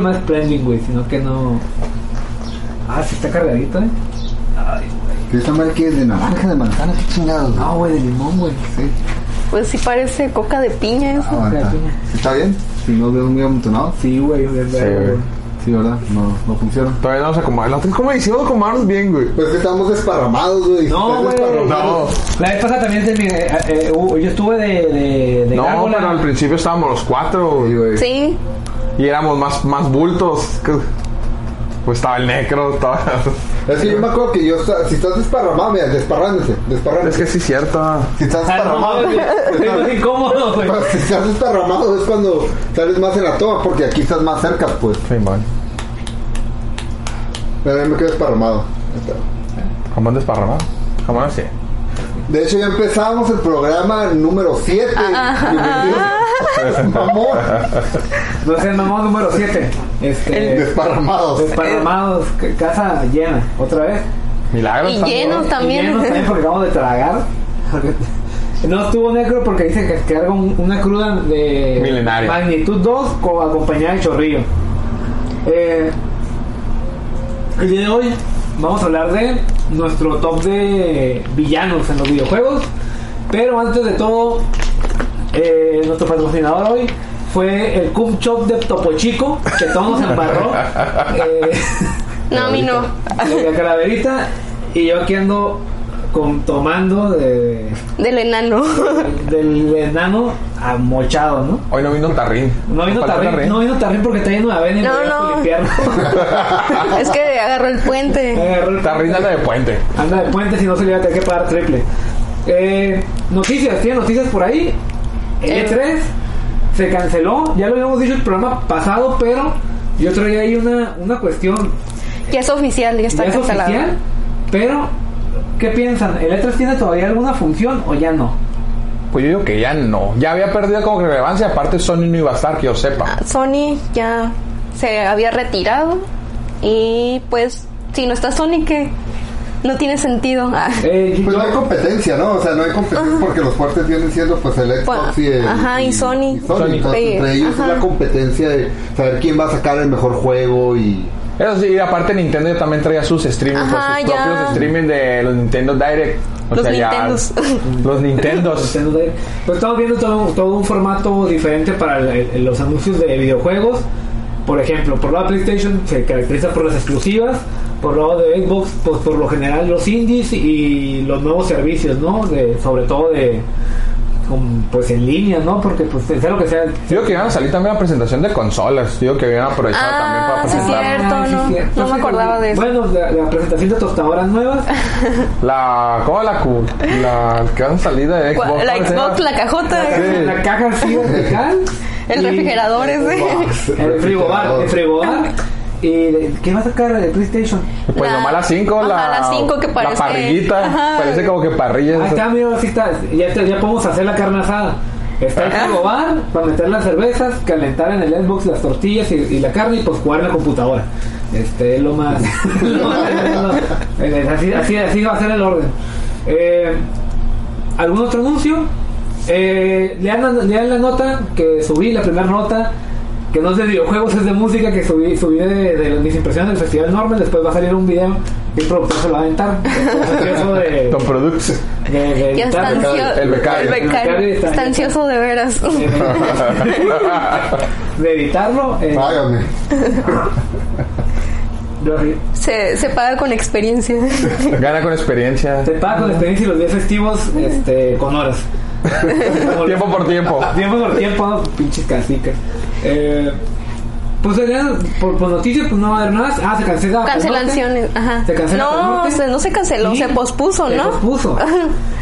más trending, güey, sino que no. Ah, sí está cargadito, eh. Ay, güey. Pero esta madre que es de naranja, de manzana, qué chingados. No, güey, de limón, güey. Sí. Pues sí parece coca de piña ¿eh? eso. Ah, la está. piña. ¿Está bien? Si no veo muy amontonado. Sí, güey, es Sí, verdad, güey. güey. Sí, ¿verdad? No, no funciona. Todavía no vamos a comer. La otra vez, ¿cómo hicimos comernos bien, güey? Pues que estamos desparramados, güey. No, Estás güey. desparramado. No, La vez pasada también te- eh, eh, hubo- yo estuve de. de, de no, gárgola. pero al principio estábamos los cuatro Sí, güey. Sí, y éramos más, más bultos. que- Pues estaba el necro, estaba... Es que yo me acuerdo que yo, esta- si estás desparramado, mira, desparrándose, Es desparrándose. que sí, cierto. Si estás Ah, no, desparramado, güey. Es más incómodo, güey. Pero si estás desparramado es cuando sales más en la toma, porque aquí estás más cerca, pues. Simón. Pero yo me quedo desparramado. Jamón desparramado. Jamón así. De hecho, ya empezábamos el programa número 7. Ah, Mamón. No sé, mamón número 7. Este. Desparramados. Desparramados, ca- casa llena, otra vez. Milagros. y también. Y llenos llenos también. también porque acabamos de tragar. No estuvo necro porque dice que carga un- una cruda de Milenaria. magnitud 2 co- acompañada de chorrillo. Eh, el día de hoy vamos a hablar de nuestro top de villanos en los videojuegos. Pero antes de todo, eh, nuestro patrocinador hoy fue el Cum Shop de Topo Chico, que todos nos embarró. Eh, No, a mí no. de la calaverita y yo aquí ando con, tomando de, Del enano. del enano amochado, ¿no? Hoy no vino tarrín. No vino Faltó tarrín, no vino tarrín porque está lleno de avena y No, me voy a no. limpiarlo. es que agarró el puente. Agarró el- Tarrín anda de puente. Anda de puente si no se le va a tener que pagar triple. Eh, noticias, tiene noticias por ahí. Eh. E3 se canceló, ya lo habíamos dicho el programa pasado, pero yo traía ahí una, una cuestión. Ya es oficial, ya está ya es cancelado. oficial, pero ¿qué piensan? ¿El E3 tiene todavía alguna función o ya no? Pues yo digo que ya no. Ya había perdido como que relevancia. Aparte, Sony no iba a estar, que yo sepa. Sony ya se había retirado y pues si no está Sony que no tiene sentido. Ah, Eh, yo- Pues no hay competencia, ¿no? O sea, no hay competencia porque los fuertes vienen siendo pues el Xbox y el... Ajá, y Sony. Sony. Entonces, Sí, entre ellos ajá. es la competencia de saber quién va a sacar el mejor juego y... Eso sí, y aparte Nintendo ya también traía sus streamings, pues, Ajá, sus ya. propios streamings de los Nintendo Direct. O Los sea, ya- Nintendos. los pues, Nintendos. en donde- pues estamos viendo todo, todo un formato diferente para el- el- los anuncios de videojuegos. Por ejemplo, por la PlayStation se caracteriza por las exclusivas, por lado de Xbox, pues por lo general los indies y los nuevos servicios, ¿no? De, sobre todo de con- pues en línea, ¿no? Porque pues sea lo que sea. Digo que iban a salir también la presentación de consolas. Digo que habían aprovechado también para Ah, sí, presentar cierto, Ah, sí, no, cierto. no me acordaba de eso. Bueno, la, la presentación de tostadoras nuevas. la. ¿Cómo la cu- La que van a salir de Xbox. La ¿cómo se Xbox, llama? la cajota, Sí. La caja así vertical. el y- refrigerador ese. El frigobar, el frigobar. ¿Y de- qué va a sacar de PlayStation? Pues La- nomás las 5, ajá, la, las cinco que la parece- parrillita, ajá. parece como que parrilla. Ahí está, amigo, así está. Ya, te- ya podemos hacer la carne asada. Está el frigobar para meter las cervezas, calentar en el Xbox las tortillas y, y la carne y pues jugar en la computadora. Este es lo más. lo más- lo- así, así, así va a ser el orden. Eh, ¿Algún otro anuncio? Eh, lean, la- lean la nota que subí, la primera nota, que no es de videojuegos, es de música, que subí, subí de, de mis impresiones del Festival Normal. Después va a salir un video que el productor se lo va a aventar. Eso de- Tom Products. de- de Ya está editar. ansioso. El becario. El becario está- Está ansioso de veras. de editarlo. eh, Págame. lo- Se, se paga con experiencia. Gana con experiencia. se paga con experiencia y los días festivos este, con horas. Como los- Tiempo por tiempo. tiempo por tiempo, ¿no? pinches casicas. Eh, Pues sería, por, por noticias, pues no va a haber nada. Ah, se cancela. Cancelaciones, Tecnote. ajá. Se cancela. no, Tecnote. se- no se canceló, Sí. se pospuso, Se ¿no? pospuso.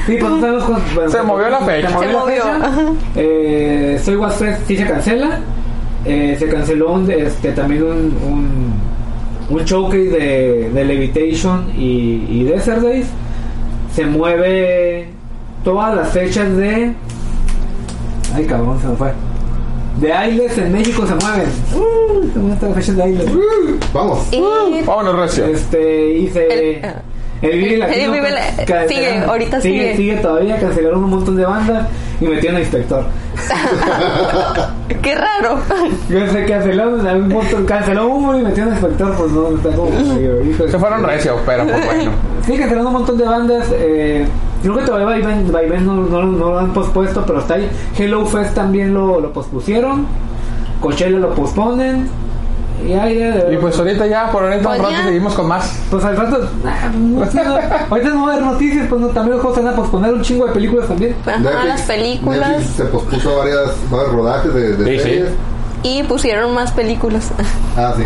Sí, pues no sabemos cuándo- bueno, Se movió la fecha. Se movió. Se la movió, fecha. ajá. Eh, Soy Was Fresh sí se cancela. Eh, se canceló un, este, también un, un, un showcase de, de Levitation y, y Desert Days. Se mueve todas las fechas de. Ay, cabrón, se me fue. De Isles en México se mueven. Mm. Uh, se mueven todas las fechas de Isles. Vamos. Y Vámonos, recio. Este, hice. El- ah. El Vive Latino El Vive la- cancelaron- sigue, ahorita sigue. sigue. todavía, cancelaron un montón de bandas y metieron a Inspector. qué raro. Yo sé, cancelaron a un montón, canceló uno y metieron a Inspector, pues no, está como. digo, hijo de- Se fueron recio, pero pues bueno. Sí, cancelaron un montón de bandas. Eh, creo que todavía Vaivén, Vaivén no, no, no lo han pospuesto, pero está ahí. Hello Fest también lo, lo pospusieron. Coachella lo posponen. Y ahí, eh, Y pues ahorita ya, por ahorita un Pues rato ya. seguimos con más. Pues al rato, nah, no sé, no. ahorita no va a haber noticias, pues no, también los juegos se van a posponer un chingo de películas también. Ajá, Netflix- las películas. Netflix se pospuso varias, varios rodajes de, de Sí, sí. series. Y pusieron más películas Ah, sí.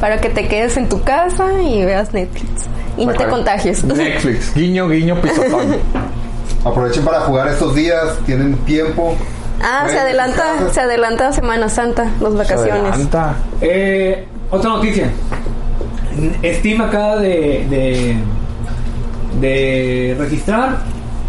para que te quedes en tu casa y veas Netflix. Y no te Recuerda, contagies. Netflix, guiño, guiño, pisotón. Aprovechen para jugar estos días, tienen tiempo. Ah, Vayan a se sus adelanta, casas. se adelanta Semana Santa, las vacaciones. Adelanta. Eh, otra noticia. Steam acaba de, de, de registrar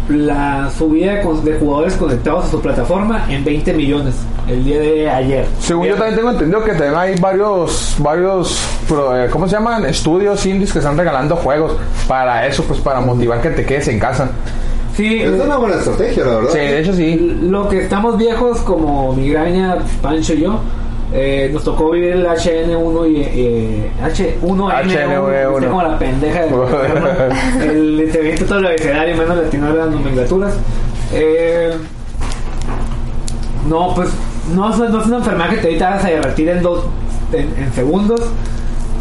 la subida de, con- de jugadores conectados a su plataforma en 20 millones el día de ayer. Eh, Según yo también tengo entendido que también hay varios, varios, pro- eh, ¿cómo se llaman? Estudios indies que están regalando juegos para eso, pues para motivar que te quedes en casa. Sí, eh, Es una buena estrategia, la verdad. Sí, de hecho sí. lo que estamos viejos como migraña, Pancho y yo, eh, nos tocó vivir el HN1 y eh, H1N1, HNV1. usted como la pendeja de el te viste todo el abecedario menos latino las nomenclaturas. Eh, no, pues no, es- no es una enfermedad que te evita se retira en dos en, en segundos.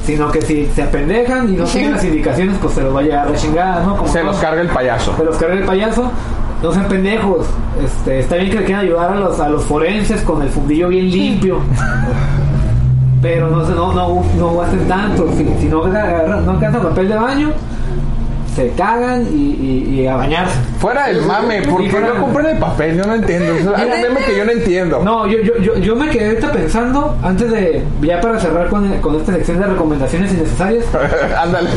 Sino que si se apendejan y no siguen las indicaciones, pues se los va a llevar la chingada, ¿no? Como Se los todo. carga el payaso. Se los carga el payaso. No sean pendejos. Este, está bien que le quieran ayudar a los, a los forenses con el fundillo bien limpio. Pero no, se- no, no, no hacen tanto. Si, si no, agarran- no alcanzan papel de baño, se cagan y, y- y a bañarse. Fuera del mame, ¿por qué no compran el papel? Yo no entiendo. Es un meme que yo no entiendo. No, yo, yo, yo, yo me quedé ahorita pensando, antes de, ya para cerrar con, con esta sección de recomendaciones innecesarias, Ándale.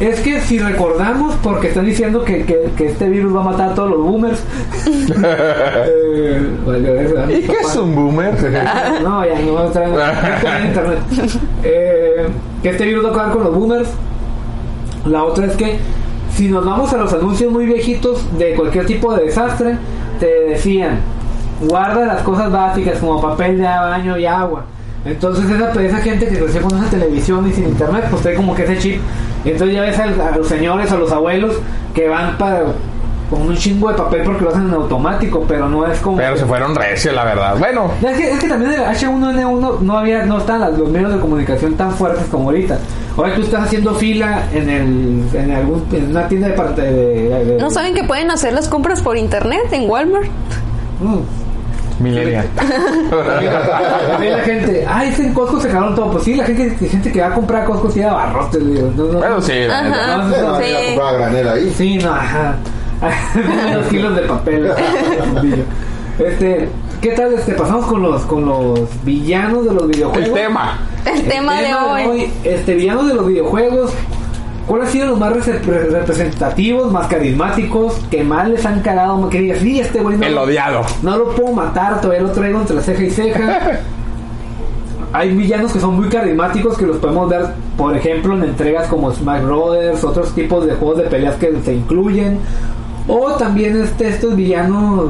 es que si recordamos, porque están diciendo que, que- que este virus va a matar a todos los boomers. Eh, vale, ¿verdad? ¿Y qué es un boomer? No, ya no otra vez. Esto es internet. Eh, que este virus va a acabar con los boomers. La otra es que si nos vamos a los anuncios muy viejitos de cualquier tipo de desastre, te decían, guarda las cosas básicas como papel de baño y agua. Entonces esa, esa gente que creció con esa televisión y sin internet, pues trae como que ese chip. Entonces ya ves al- a, los señores, a los abuelos que van para con un chingo de papel porque lo hacen en automático, pero no es como... Pero que- se fueron recio, la verdad. Bueno, no, Es que, es que también el H1N1 no había, no estaban las- los medios de comunicación tan fuertes como ahorita. Ahora tú estás haciendo fila en el, en algún, en una tienda de parte de, de- ¿No saben que pueden hacer las compras por internet en Walmart? Mm. milenial. También la gente, ay, es que en Costco se cagaron todo. Pues sí, la gente, la gente que va a comprar a Costco sí da barrotes, digo. No, no, Bueno, sí. la neta. Ajá, No, no, no, Nadie la sí. compraba a granel ahí. Sí, no, ajá. Unos kilos de papel. este, ¿qué tal? Este, pasamos con los, con los villanos de los videojuegos. El tema. El tema de hoy. Este villano de los videojuegos. ¿Cuáles han sido los más rece- re- representativos, más carismáticos, que más les han cagado? Que digas, sí, este güey no, El odiado. no lo puedo matar, todavía lo traigo entre ceja y ceja. Hay villanos que son muy carismáticos que los podemos ver, por ejemplo, en entregas como Smash Brothers, otros tipos de juegos de peleas que se incluyen. O también este, estos villanos,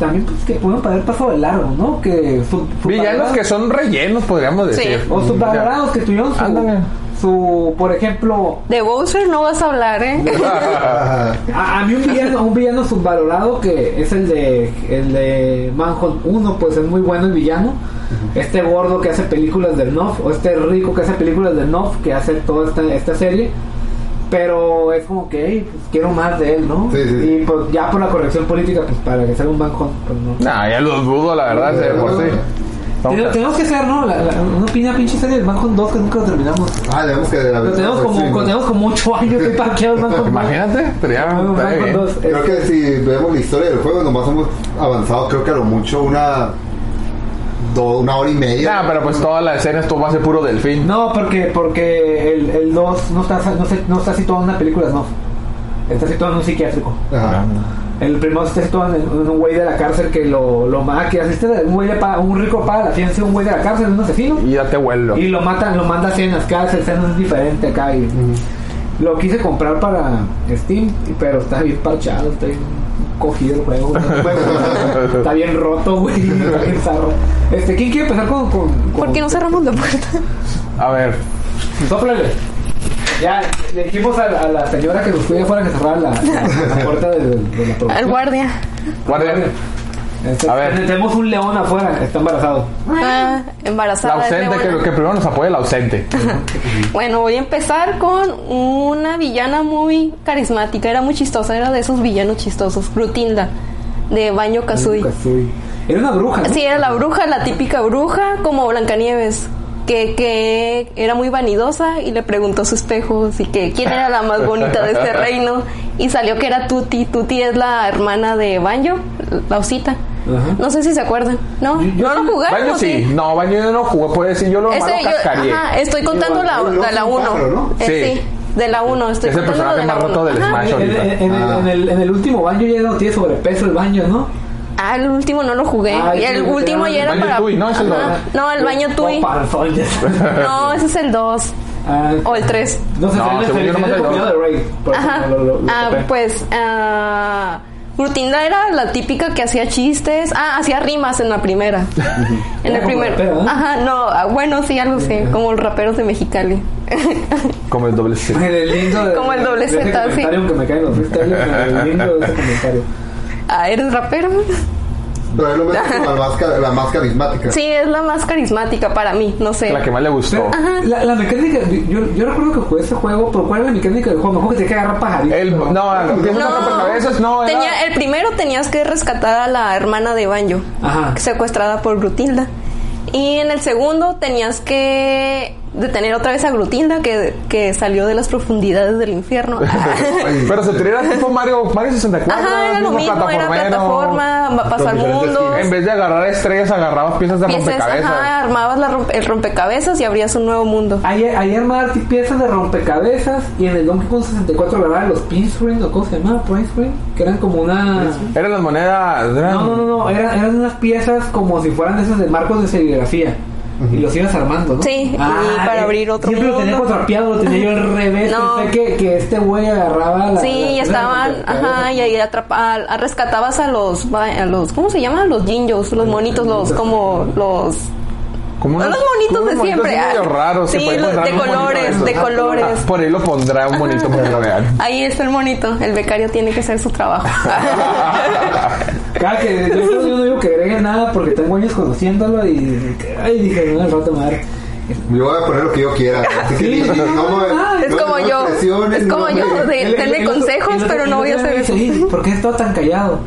también pues, que pueden haber pasado de largo, ¿no? Que su- su- Villanos que son rellenos, podríamos Sí. decir. o subvalorados que tuvieron su, Ándale. su por ejemplo, De Bowser no vas a hablar, ¿eh? Ajá. a, a mí un villano, un villano subvalorado que es el de el de Manhunt 1, pues es muy bueno el villano. Este gordo que hace películas del NOF, o este rico que hace películas del NOF, que hace toda esta, esta serie. Pero es como que "Ey, pues, quiero más de él, ¿no? Sí, sí, sí. Y pues, ya por la corrección política, pues para que sea un Manhunt, pues no. Nah, ya los dudo, la verdad, de por sí. Vamos Tenemos, a- tenemos que hacer, ¿no? La, la- una piña pinche serie del Manhunt 2 que nunca lo terminamos. Ah, tenemos que de la Lo tenemos como, pues, sí, ¿no? tenemos como 8 años que parqueado el Manhunt 2. Imagínate, estaría El estaría Manhunt bien. 2, este, Creo que si vemos la historia del juego, nomás hemos avanzado, creo que a lo mucho una. do- una hora y media. Nah, pero pues toda la escena esto va a ser puro delfín. No, porque, porque el, el 2 no está, no, se- no está situado en una película, no. Está situado en un psiquiátrico. Ajá. El primero está situado en, en un güey de la cárcel que lo, lo mata, que asiste un güey de pa- un rico paga la fianza de un güey de la cárcel, un asesino. Y ya te vuelo. Y lo matan, lo manda a cenas, cada cena es diferente acá y lo quise comprar para Steam, pero está bien parchado, está bien cogido el juego, güey. está bien roto, güey, está bien zarro. Este, ¿quién quiere empezar con, con, con- ¿Por qué no cerramos la puerta? A ver, Sóplale. Ya, le dijimos a, la- a la señora que nos cuida afuera que cerrara la, la puerta de, de la producción. Al guardia. guardia. Este, A ver. Tenemos un león afuera, está embarazado. Ah, La embarazada. de ausente, que, leona. que primero nos apoya la ausente. Bueno, voy a empezar con una villana muy carismática. Era muy chistosa, era de esos villanos chistosos. Brutinda, de Baño Kazooie. Kazooie. Era una bruja. ¿no? Sí, era la bruja, la típica bruja, como Blancanieves. Que, que era muy vanidosa y le preguntó a su espejo si que quién era la más bonita de este reino y salió que era Tuti. Tuti es la hermana de Banjo, la osita. Ajá. No sé si se acuerdan. No, Yo- no lo jugaron. Baño ¿o sí. No, Baño yo no jugué, puede decir yo lo malo Ese, yo- cascaría. ajá, estoy contando la, el oso de la es un 1. pájaro, ¿no? Eh, Sí. sí. de la 1. Estoy Es el contando personaje de la más roto uno. del Ajá. Smash En, ahorita. en- en el, en, el, en el último baño ya no tiene sobrepeso el baño, ¿no? Ah, el último no lo jugué. Ay, y el sí, último el ya era baño para. Tui, ¿no? Ese es el Ajá. dos. No, el baño Tui. O panzón, ya sabes. No, ese es el 2. Ah, O el 3. No sé, No, no, según yo nomás hay copiado dos. de Ray. por eso Ajá. no lo- lo- lo Ah, topé. pues. ah, Rutinda era la típica que hacía chistes. Ah, hacía rimas en la primera. en Era el como primer. rapero, ¿no? Ajá, no. ah, bueno, sí, algo sé. Como el rapero de Mexicali. Como el doble C. El lindo de- Como el doble de ese Z, sí. comentario que me caen los freestylers, el lindo de ese comentario. Ah, ¿eres rapero? Pero es lo menos como la más, ca- la más carismática. Sí, es la más carismática para mí. No sé. La que más le gustó. Pero, la, la mecánica, yo, yo recuerdo que jugué ese juego, pero ¿cuál era la mecánica del juego? Mejor que te quede agarrar pajaritos. El, no, no, tiene una rompecabezas, no, era- tenía, el primero tenías que rescatar a la hermana de Banjo, Ajá. secuestrada por Grutilda. Y en el segundo tenías que detener otra vez a Grutilda, que, que salió de las profundidades del infierno. Pero se tiraba tipo Mario, Mario 64. Ajá, era lo mismo, era plataformero. plataforma, va a pasar diferentes mundo. En vez de agarrar estrellas, agarrabas piezas de Piezas, rompecabezas. ajá, armabas la rompe- el rompecabezas y abrías un nuevo mundo. Ahí, ahí armabas piezas de rompecabezas y en el Donkey Kong 64 grababan los pinscreen o cómo se llamaba, Prinscreen, que eran como una... Eran las monedas. eran- No, no, no, no, eran, eran unas piezas como si fueran de esas de marcos de serigrafía. Y los ibas armando, ¿no? Sí, y para eh, abrir otro Siempre lo tenía mundo. contrapiado, lo tenía yo al revés. No. Pensé que, que este güey agarraba la. Sí, la- y estaban, la- ajá, y ahí atrapa, a- a- rescatabas a los, va- a los, ¿cómo se llaman? Los jinjos, los monitos, los, como, los, Como los bonitos de siempre. así medio ah. raros. que sí, puede los encontrar de un monito colores, esos. de colores. Ah, por ahí lo pondrá un bonito para que lo vean. Ahí está el monito, el becario tiene que hacer su trabajo. Cada que yo, yo no digo que agregue nada porque tengo años conociéndolo y. Ay, dije, no, al rato madre. Yo voy a poner lo que yo quiera. Así Sí, que ni- ni- no, me- no, Ah, es no como me yo, presiones, es no como me- yo, de denme consejos, pero no voy a hacer eso. eso. ¿Por qué estaba tan callado?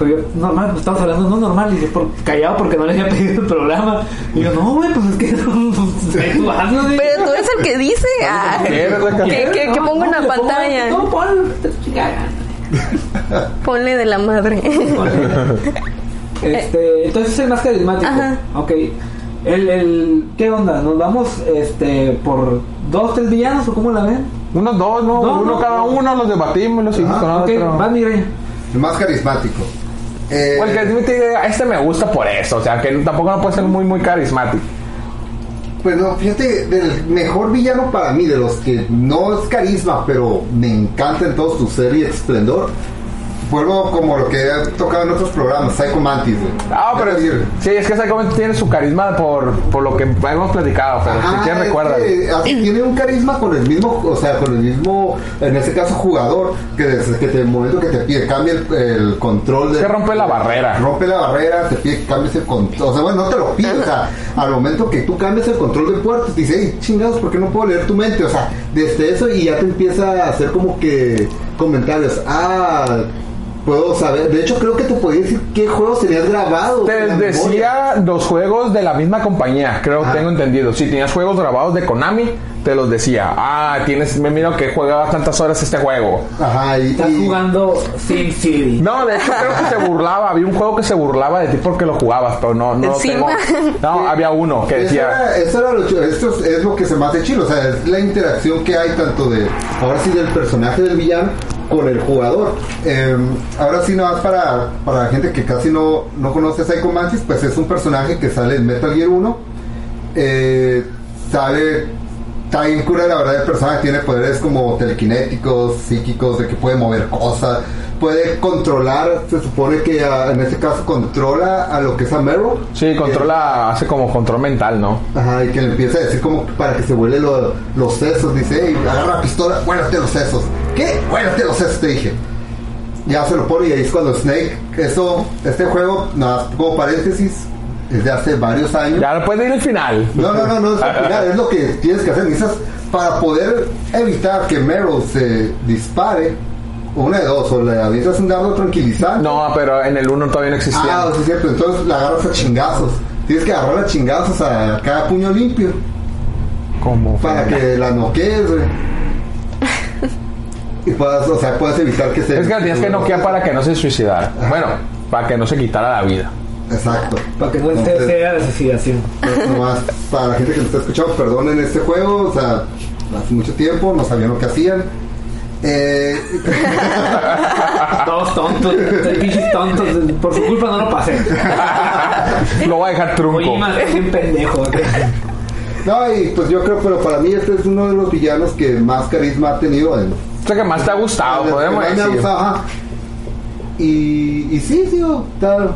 Pero yo, normal, pues estabas hablando, no normal, y dije, por, callado porque no le había pedido el programa. Y yo, no, güey, pues es que no, pues, tú hazlo, güey. Pero tú eres el que dice ah, quieres, acá. que, que, que No, pongo no, en la le pongo- pantalla. No, ponlo, chingada. Ponle de la madre. Este, entonces es el más carismático. Ajá. Ok. El, el, ¿Qué onda? ¿Nos vamos este, por dos, tres villanos o cómo la ven? Unos dos, no, No, uno no, cada no. Ah, uno, los debatimos, los seguimos con ok, otro. vas, mi rey. El más carismático. Eh, O el que te diga, este me gusta por eso, o sea, que tampoco no puede ser muy, muy carismático. Pues no, fíjate, del mejor villano para mí, de los que no es carisma, pero me encanta en todo su ser y esplendor, vuelvo como lo que he tocado en otros programas, Psycho Mantis, güey. Ah, pero Es decir, sí, es que ese cómic tiene su carisma por, por lo que hemos platicado, pero si ajá, quieres Ah, es recuerda. que, así, tiene un carisma con el mismo, o sea, con el mismo, en este caso, jugador, que desde que te, el momento que te pide, cambia el, el control de... que rompe la barrera. rompe la barrera, te pide que cambies el control. O sea, bueno, no te lo pide. O sea, al momento que tú cambias el control del puerto, te dice, hey, chingados, ¿por qué no puedo leer tu mente? O sea, desde eso y ya te empieza a hacer como que comentarios. Ah, puedo saber. De hecho, creo que te podía decir qué juegos tenías grabados. en Te la memoria. decía los juegos de la misma compañía, creo, Ah. tengo entendido. Si tenías juegos grabados de Konami, te los decía. Ah, tienes, me miro que jugabas tantas horas este juego. Ajá, y. Estás y- jugando Sin City. No, de hecho creo que se burlaba. Había un juego que se burlaba de ti porque lo jugabas, pero no, no lo tengo. Encima. No, había uno que Eso decía. era, eso era lo chido, esto es, es lo que se me hace chido, o sea, es la interacción que hay tanto de, ahora sí, del personaje del villano con el jugador. Eh, ahora sí, nada más para, para gente que casi no, no conoce Psycho Mantis, pues es un personaje que sale en Metal Gear 1, eh, sale, está bien cura, la verdad, el personaje tiene poderes como telequinéticos, psíquicos, de que puede mover cosas, puede controlar, se supone que ah, en este caso controla a lo que es a Meryl. Sí, que- controla, hace como control mental, ¿no? Ajá, y que le empieza a decir como para que se vuele lo- los sesos. Dice, "Ey, agarra la pistola, huélate los sesos. ¿Qué? Huélate los sesos, te dije. Ya se lo pone y ahí es cuando Snake, eso, este juego, nada, más como paréntesis, es de hace varios años. Ya puedes ir al final. No, no, no, no es, al final, es lo que tienes que hacer. Necesitas, para poder evitar que Meryl se dispare, una de dos, o le avientas un dardo tranquilizante. No, pero en el uno todavía no existía. Ah, sí, es cierto. Entonces la agarras a chingazos. Tienes que agarrar a chingazos a cada puño limpio. Como Para que la noquees, güey. Y puedas, o sea, puedas evitar que se. Es que la tenías que noquear para que no se suicidara. Bueno, para que no se quitara la vida. Exacto. Para que no esté Entonces, sea la suicidación. pues, nomás, para la gente que nos está escuchando, perdonen este juego, o sea, hace mucho tiempo no sabían lo que hacían. Eh, Todos tontos, todos pinches tontos. Por su culpa no lo pasé. Lo voy a dejar trunco. Oye, más es un pendejo. no, y pues yo creo, pero para mí este es uno de los villanos que más carisma ha tenido en, Es lo que más te ha gustado, Vale, Ah, podemos que más me ha decir. gustado, ajá. Y, y sí, tío, está-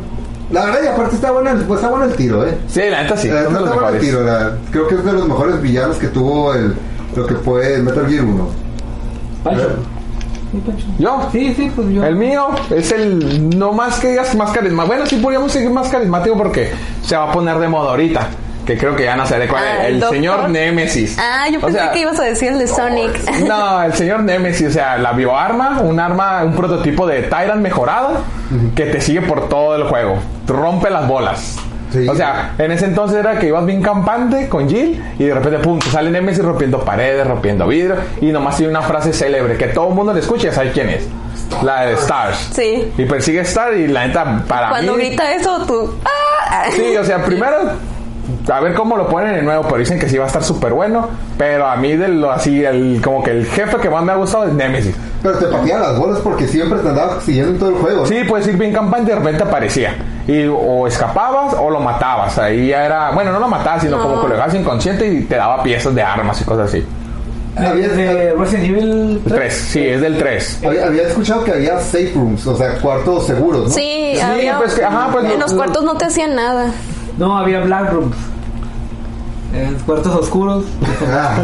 la verdad, y aparte está bueno, el- pues está bueno el tiro, eh. Sí, la neta sí. La verdad, son de está los bueno el mejores. tiro, la- creo que es de los mejores villanos que tuvo el, lo que fue el Metal Gear 1. Pancho. Sí, Pancho. ¿Yo? Sí, sí, pues yo. El mío es el no más que digas más carismático. Bueno, sí podríamos seguir más carismático porque se va a poner de moda ahorita. Que creo que ya no sé cuál es. Ah, El, el doctor. señor Némesis. Ah, yo O pensé sea, que ibas a decir el de Sonic. No, el señor Nemesis, o sea, la bioarma, un arma, un prototipo de Tyrant mejorada que te sigue por todo el juego. Rompe las bolas. Sí. O sea, en ese entonces era que ibas bien campante con Jill y de repente, pum, te sale Nemesis rompiendo paredes, rompiendo vidrio y nomás tiene una frase célebre que todo el mundo le escucha y ya sabe quién es. La de Stars. Sí. Y persigue a Star y la neta, para Cuando mí... grita eso, tú. ¡Ah! Sí, o sea, primero, a ver cómo lo ponen de nuevo, pero dicen que sí va a estar súper bueno. Pero a mí, de lo así, el, como que el jefe que más me ha gustado es Nemesis. Pero te pateaba las bolas porque siempre te andaba siguiendo en todo el juego. Sí, puedes ir bien campante y de repente aparecía. Y o escapabas o lo matabas. Ahí ya era, bueno, no lo matabas, sino como que lo dejabas inconsciente y te daba piezas de armas y cosas así. De, de eh, Resident Evil 3. Tres, sí, es del 3. Había, había escuchado que había safe rooms, o sea, cuartos seguros, ¿no? Sí, Sí, había- pues que- ajá, pues en lo- los lo- cuartos no te hacían nada. No, había Black Rooms. Eh, cuartos oscuros. Ah.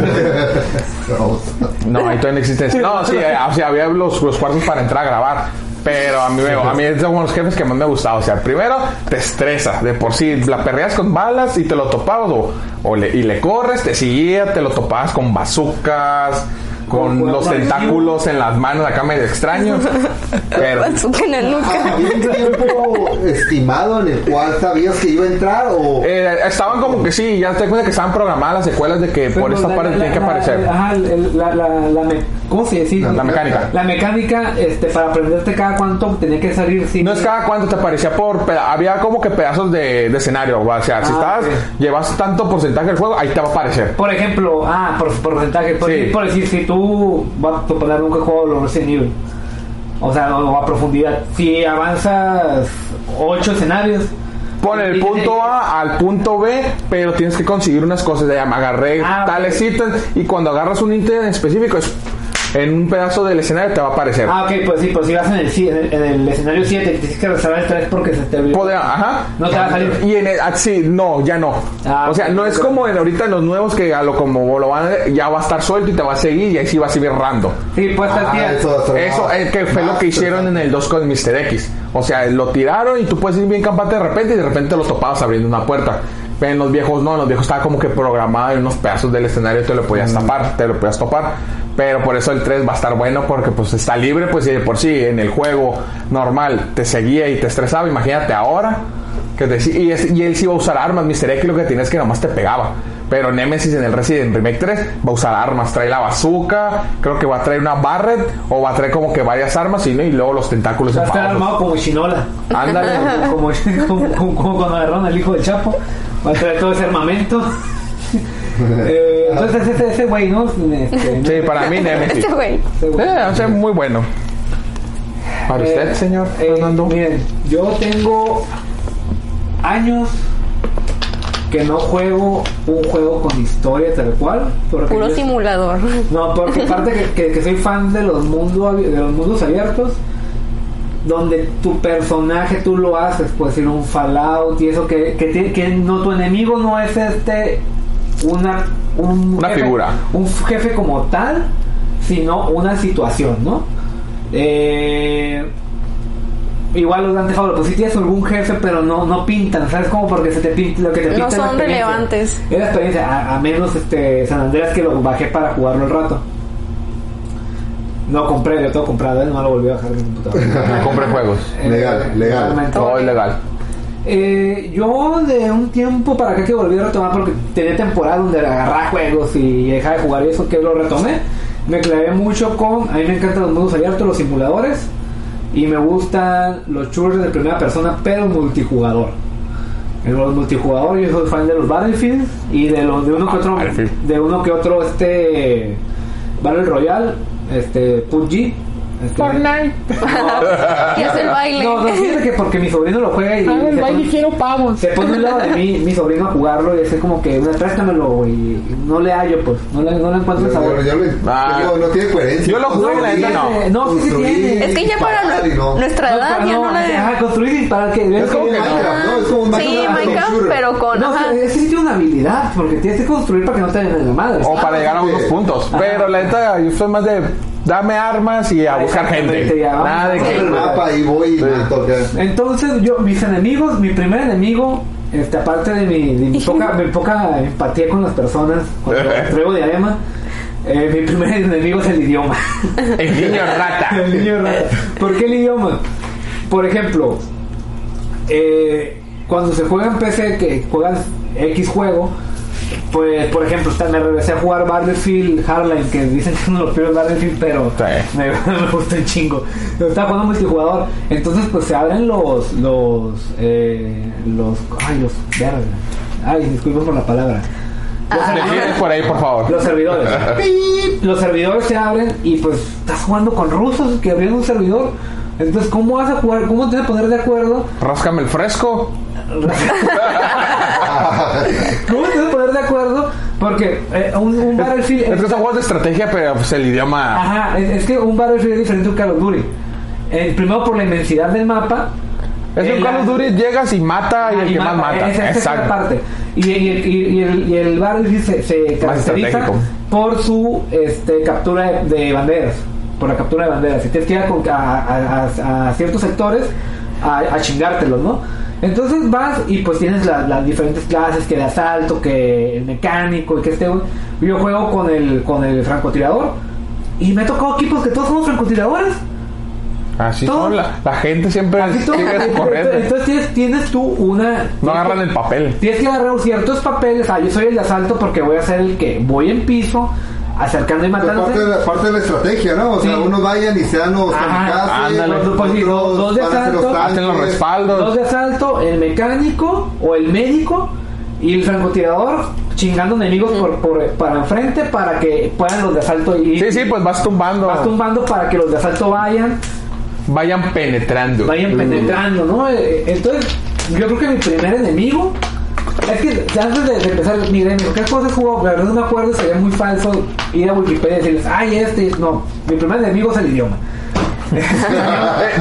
Pero- No, ahí todavía no existe. No, sí, eh, o sea, había los, los cuartos para entrar a grabar. Pero a mí, me- a mí es como los jefes que más me gustaba. O sea, primero te estresa de por sí, la perreas con balas y te lo topabas o, o le- y le corres, te seguía, te lo topabas con bazucas, con Con los cuernos. tentáculos en las manos, acá medio extraño. Pero Bazooka en la nuca. ¿Había un tiempo estimado en el cual sabías que iba a entrar o...? eh, estaban como que sí, ya te das cuenta que estaban programadas las secuelas de que por Pero esta Pues la- parte la- tiene que la- aparecer. Ajá, el- la, la, la me- ¿cómo se dice? La mecánica. La mecánica, este, para aprenderte cada cuánto tenía que salir sin. No es cada cuánto te aparecía por peda- había como que pedazos de, de escenario, o sea, si Ah, estabas, ok. llevas tanto porcentaje del juego, ahí te va a aparecer. Por ejemplo, ah, por por porcentaje. Por, Sí. por decir, si tú vas a suponer nunca he jugado los Resident Evil. O sea, o a profundidad. Si avanzas 8 escenarios. Pon el punto A al punto B, pero tienes que conseguir unas cosas de llama. Agarré Ah, ok. tales ítems y cuando agarras un ítem en específico, es, en un pedazo del escenario te va a aparecer. Ah, ok, pues sí, pues si vas en el, si- en el, en el escenario 7, tienes que regresar al 3 porque se te olvidó. Poder- ajá. No te va a salir. Y en el, ah, sí, no, ya no. Ah, o sea, no es como en ahorita en los nuevos que a lo como lo van, a- ya va a estar suelto y te va a seguir y ahí sí va a seguir rando. Sí, pues Ah, está bien. eso, eso, Eso ah, es que fue más lo que hicieron en el 2 con Mr. X. O sea, lo tiraron y tú puedes ir bien campante de repente y de repente lo topabas abriendo una puerta. Pero en los viejos no, en los viejos estaba como que programado en unos pedazos del escenario te lo podías tapar, te lo podías topar. Pero por eso el 3 va a estar bueno porque pues está libre, pues y de por sí en el juego normal te seguía y te estresaba, imagínate ahora. Que te- y, es- y él sí va a usar armas, Mr. X lo que tienes es que nomás te pegaba. Pero Nemesis en el Resident Remake 3 va a usar armas, trae la bazooka, creo que va a traer una Barret o va a traer como que varias armas y, y luego los tentáculos Va a estar enfadosos. armado como chinola. Ándale. Como, como- como- como cuando agarraron al hijo del Chapo. Va a traer todo ese armamento. Eh, Ah. entonces ese ese güey, ¿no? Este, Sí, para mí Nemesis. Este güey. ese güey. Eh, o sea, muy bueno. Para usted, Eh, señor eh, Fernando. Miren, yo tengo años que no juego un juego con historia tal cual. porque Puro yo- simulador. No, porque aparte que, que- que soy fan de los, mundos de los mundos abiertos, donde tu personaje tú lo haces, puedes ir un Fallout y eso, que, que, tiene- que no, tu enemigo no es este, una, un Una figura. Un jefe como tal, sino una situación, ¿no? Eh, igual los Dante Pablo, pues si tienes algún jefe, pero no, no pintan, ¿sabes? Como porque se te pinta lo que te No pinta. es la son experiencia. relevantes. Es la experiencia, a, a menos este San Andreas que lo bajé para jugarlo el rato. No compré, yo todo comprado, ¿eh? no lo volví a bajar de mi computadora. Me compré juegos. Eh, Legal, legal. realmente. Todo es legal. Eh, yo de un tiempo para acá que volví a retomar porque tenía temporada donde agarraba juegos y dejaba de jugar y eso que lo retomé. Me clavé mucho con, a mí me encantan los mundos abiertos, los simuladores y me gustan los shooters de primera persona pero multijugador. En los multijugador yo soy fan de los Battlefield y de los de uno que otro Battlefield. de uno que otro este Battle Royale, este PUBG, este- Ah, Y hace el baile. no, no, fíjate que porque mi sobrino lo juega y. se pone- Se pone al lado de mí, mi sobrino a jugarlo y hace como que, "Una, préstamelo, güey. Y no le hallo, pues. No le, no le encuentro el sabor. Pero yo lo- Ah. digo, no tiene coherencia. Yo lo jugué, la neta, no. tiene. No, sí, sí Construir, tiene. Es que ya para disparar nu- y no. nuestra edad para- ya no, la Ajá, "Ah, construir y para que. Es como que Minecraft, ¿no? Es como un Ah, Sí, Minecraft, Minecraft, un shooter. pero con. No, ajá. es que sí tiene una habilidad, porque tienes que construir para que no te den la madre. Oh. O para llegar a unos puntos. Pero la neta, yo soy más de dame armas y a buscar gente. Exactamente, ya vamos. Nada de Hacer el que. mapa y voy y mato acá. Entonces, yo, mis enemigos, mi primer enemigo, este, aparte de mi, de mi poca, mi poca empatía con las personas, cuando traigo diadema, eh, mi primer enemigo es el idioma. El niño rata. El niño raro. ¿Por qué el idioma? Por ejemplo, eh, cuando se juega en PC, que juegas X juego, pues por ejemplo, hasta me regresé a jugar Battlefield Hardline, que dicen que es uno de los peores Battlefield, pero Sí. me, me gusta un chingo. Yo estaba jugando multijugador, entonces pues se abren los, los, eh, los, ay, los, verga. ay, disculpen por la palabra. Los Defines por ahí, por los favor. servidores. Pip. los servidores se abren y pues estás jugando con rusos que abrieron un servidor. Entonces, ¿cómo vas a jugar? ¿Cómo te vas a poner de acuerdo? Ráscame el fresco. ¿Cómo te vas a poner de acuerdo? Porque eh, un, un Battlefield... Es que son juegos de estrategia, pero pues el idioma. Ajá, es, es que un Battlefield es diferente a un Call of Duty. El primero por la inmensidad del mapa. Eh, Es un El- Call of Duty, llegas y mata y el Ah, y que más mata. Esa, esa es la Exacto. parte. Y, y, el- y- y el, y el Battlefield se, se caracteriza estratégico. por su este, captura de, de banderas. Por la captura de banderas. Si tienes que ir a, con- a- a- a- a ciertos sectores a, a chingártelos, ¿no? Entonces vas y pues tienes la- las diferentes clases, que de asalto, que el mecánico, y que este... güey. Yo juego con el, con el francotirador y me ha tocado equipos que todos somos francotiradores. Así Todo. son. La, la gente siempre Así todo. sigue corriendo. Entonces tienes, tienes tú una... No agarran el papel. Tienes que agarrar ciertos papeles. Ah, yo soy el de asalto porque voy a ser el que voy en piso, acercando y Pero parte, de matando. la, parte de la estrategia, ¿no? O sea, Sí. unos vayan y sean los Ajá, kamikazes, ándale. otros Pues sí, dos- dos de van a ser asalto, tanques. Hacen los Dos respaldos. de asalto, el mecánico o el médico y el francotirador chingando enemigos por, por- para enfrente para que puedan los de asalto ir. Sí, sí, pues vas tumbando. Vas tumbando para que los de asalto vayan. Vayan penetrando. vayan penetrando, ¿no? Eh, Entonces, yo creo que mi primer enemigo. Es que antes de, de empezar, mira, ¿qué cosa jugó? La verdad no me acuerdo, sería muy falso ir a Wikipedia y decirles, ay, este, no, mi primer enemigo es el idioma. Eh,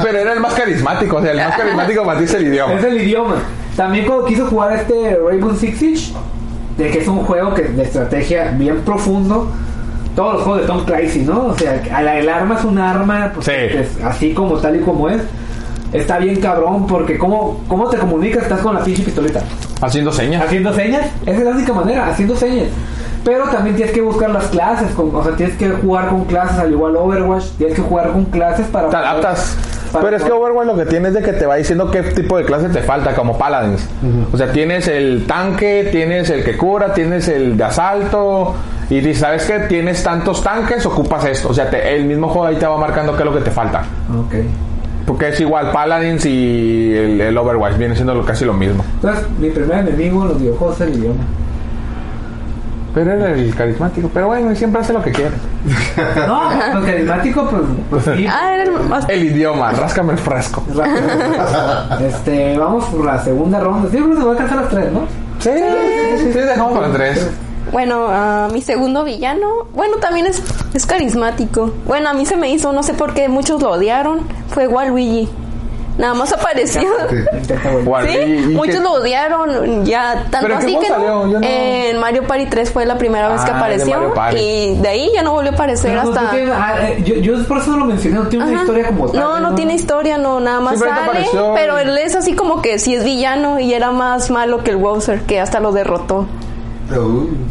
pero era el más carismático, o sea, el más carismático para ti es el idioma. Es el idioma. También cuando quiso jugar este Rainbow Six Siege, de que es un juego que, de estrategia bien profundo. Todos los juegos de Tom Clancy, ¿no? O sea, el, el arma es un arma, pues, Sí. es así como tal y como es. Está bien cabrón, porque ¿cómo, cómo te comunicas? Estás con la pinche pistolita. Haciendo señas. Haciendo señas. Esa es la única manera, haciendo señas. Pero también tienes que buscar las clases, con- o sea, tienes que jugar con clases, al igual Overwatch, tienes que jugar con clases para... Te adaptas. para Pero es que poder- Overwatch lo que tiene es de que te va diciendo qué tipo de clase te falta, como Paladins. O sea, tienes el tanque, tienes el que cura, tienes el de asalto. Y dices, ¿sabes qué? Tienes tantos tanques, ocupas esto. O sea, te- el mismo juego ahí te va marcando qué es lo que te falta. Ok. Porque es igual Paladins y el, el Overwatch, viene siendo lo- casi lo mismo. Entonces, mi primer enemigo en los videojuegos es el idioma. Pero era el carismático. Pero bueno, siempre hace lo que quiere. No, pues carismático, pues, pues sí. pues, Ah, era el más- El idioma, ráscame el frasco. Rápido. Este, vamos por la segunda ronda. Siempre se va a alcanzar las tres, ¿no? Sí, sí, sí, sí, dejamos para tres. Bueno, ah, mi segundo villano, bueno, también es, es carismático. Bueno, a mí se me hizo, no sé por qué muchos lo odiaron, fue Waluigi. Nada más apareció. Intenta, güey. Guardi- Sí, y muchos que- lo odiaron, ya tanto ¿Pero en qué así juego que no, salió? Yo no- En Mario Party 3 fue la primera vez que Ah, de Mario apareció Party. y de ahí ya no volvió a aparecer Pero no hasta tiene- ah, eh, yo, yo por eso no lo mencioné, no tiene una Ajá. historia como tal. No, no tiene historia, no, nada más Simplemente sale, apareció pero y- él es así como que sí es villano y era más malo que el Bowser, que hasta lo derrotó uh,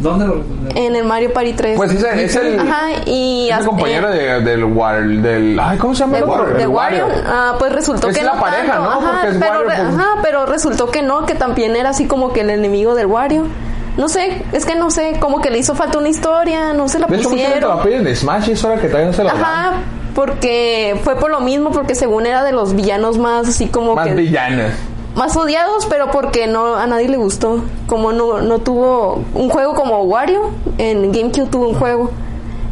¿Dónde lo en el Mario Party 3. Pues es el, es el, Ajá, y es el hasta- compañero eh, de- del War- del ay, ¿cómo se llama? de, el otro? de El Wario, Wario. ah, pues resultó Es que la no pareja, tanto. ¿no? Ajá, Porque es pero, Wario, re- pues. ajá, pero resultó que no, que también era así como que el enemigo del Wario. No sé, es que no sé, como que le hizo falta una historia, no se la De hecho, mucha gente pusieron. lo pide en Smash y es hora que todavía no se lo dan. Ajá, porque fue por lo mismo, porque según era de los villanos más así como Más que villanas. más odiados, pero porque no a nadie le gustó. Como no, no tuvo un juego como Wario, en GameCube tuvo un juego.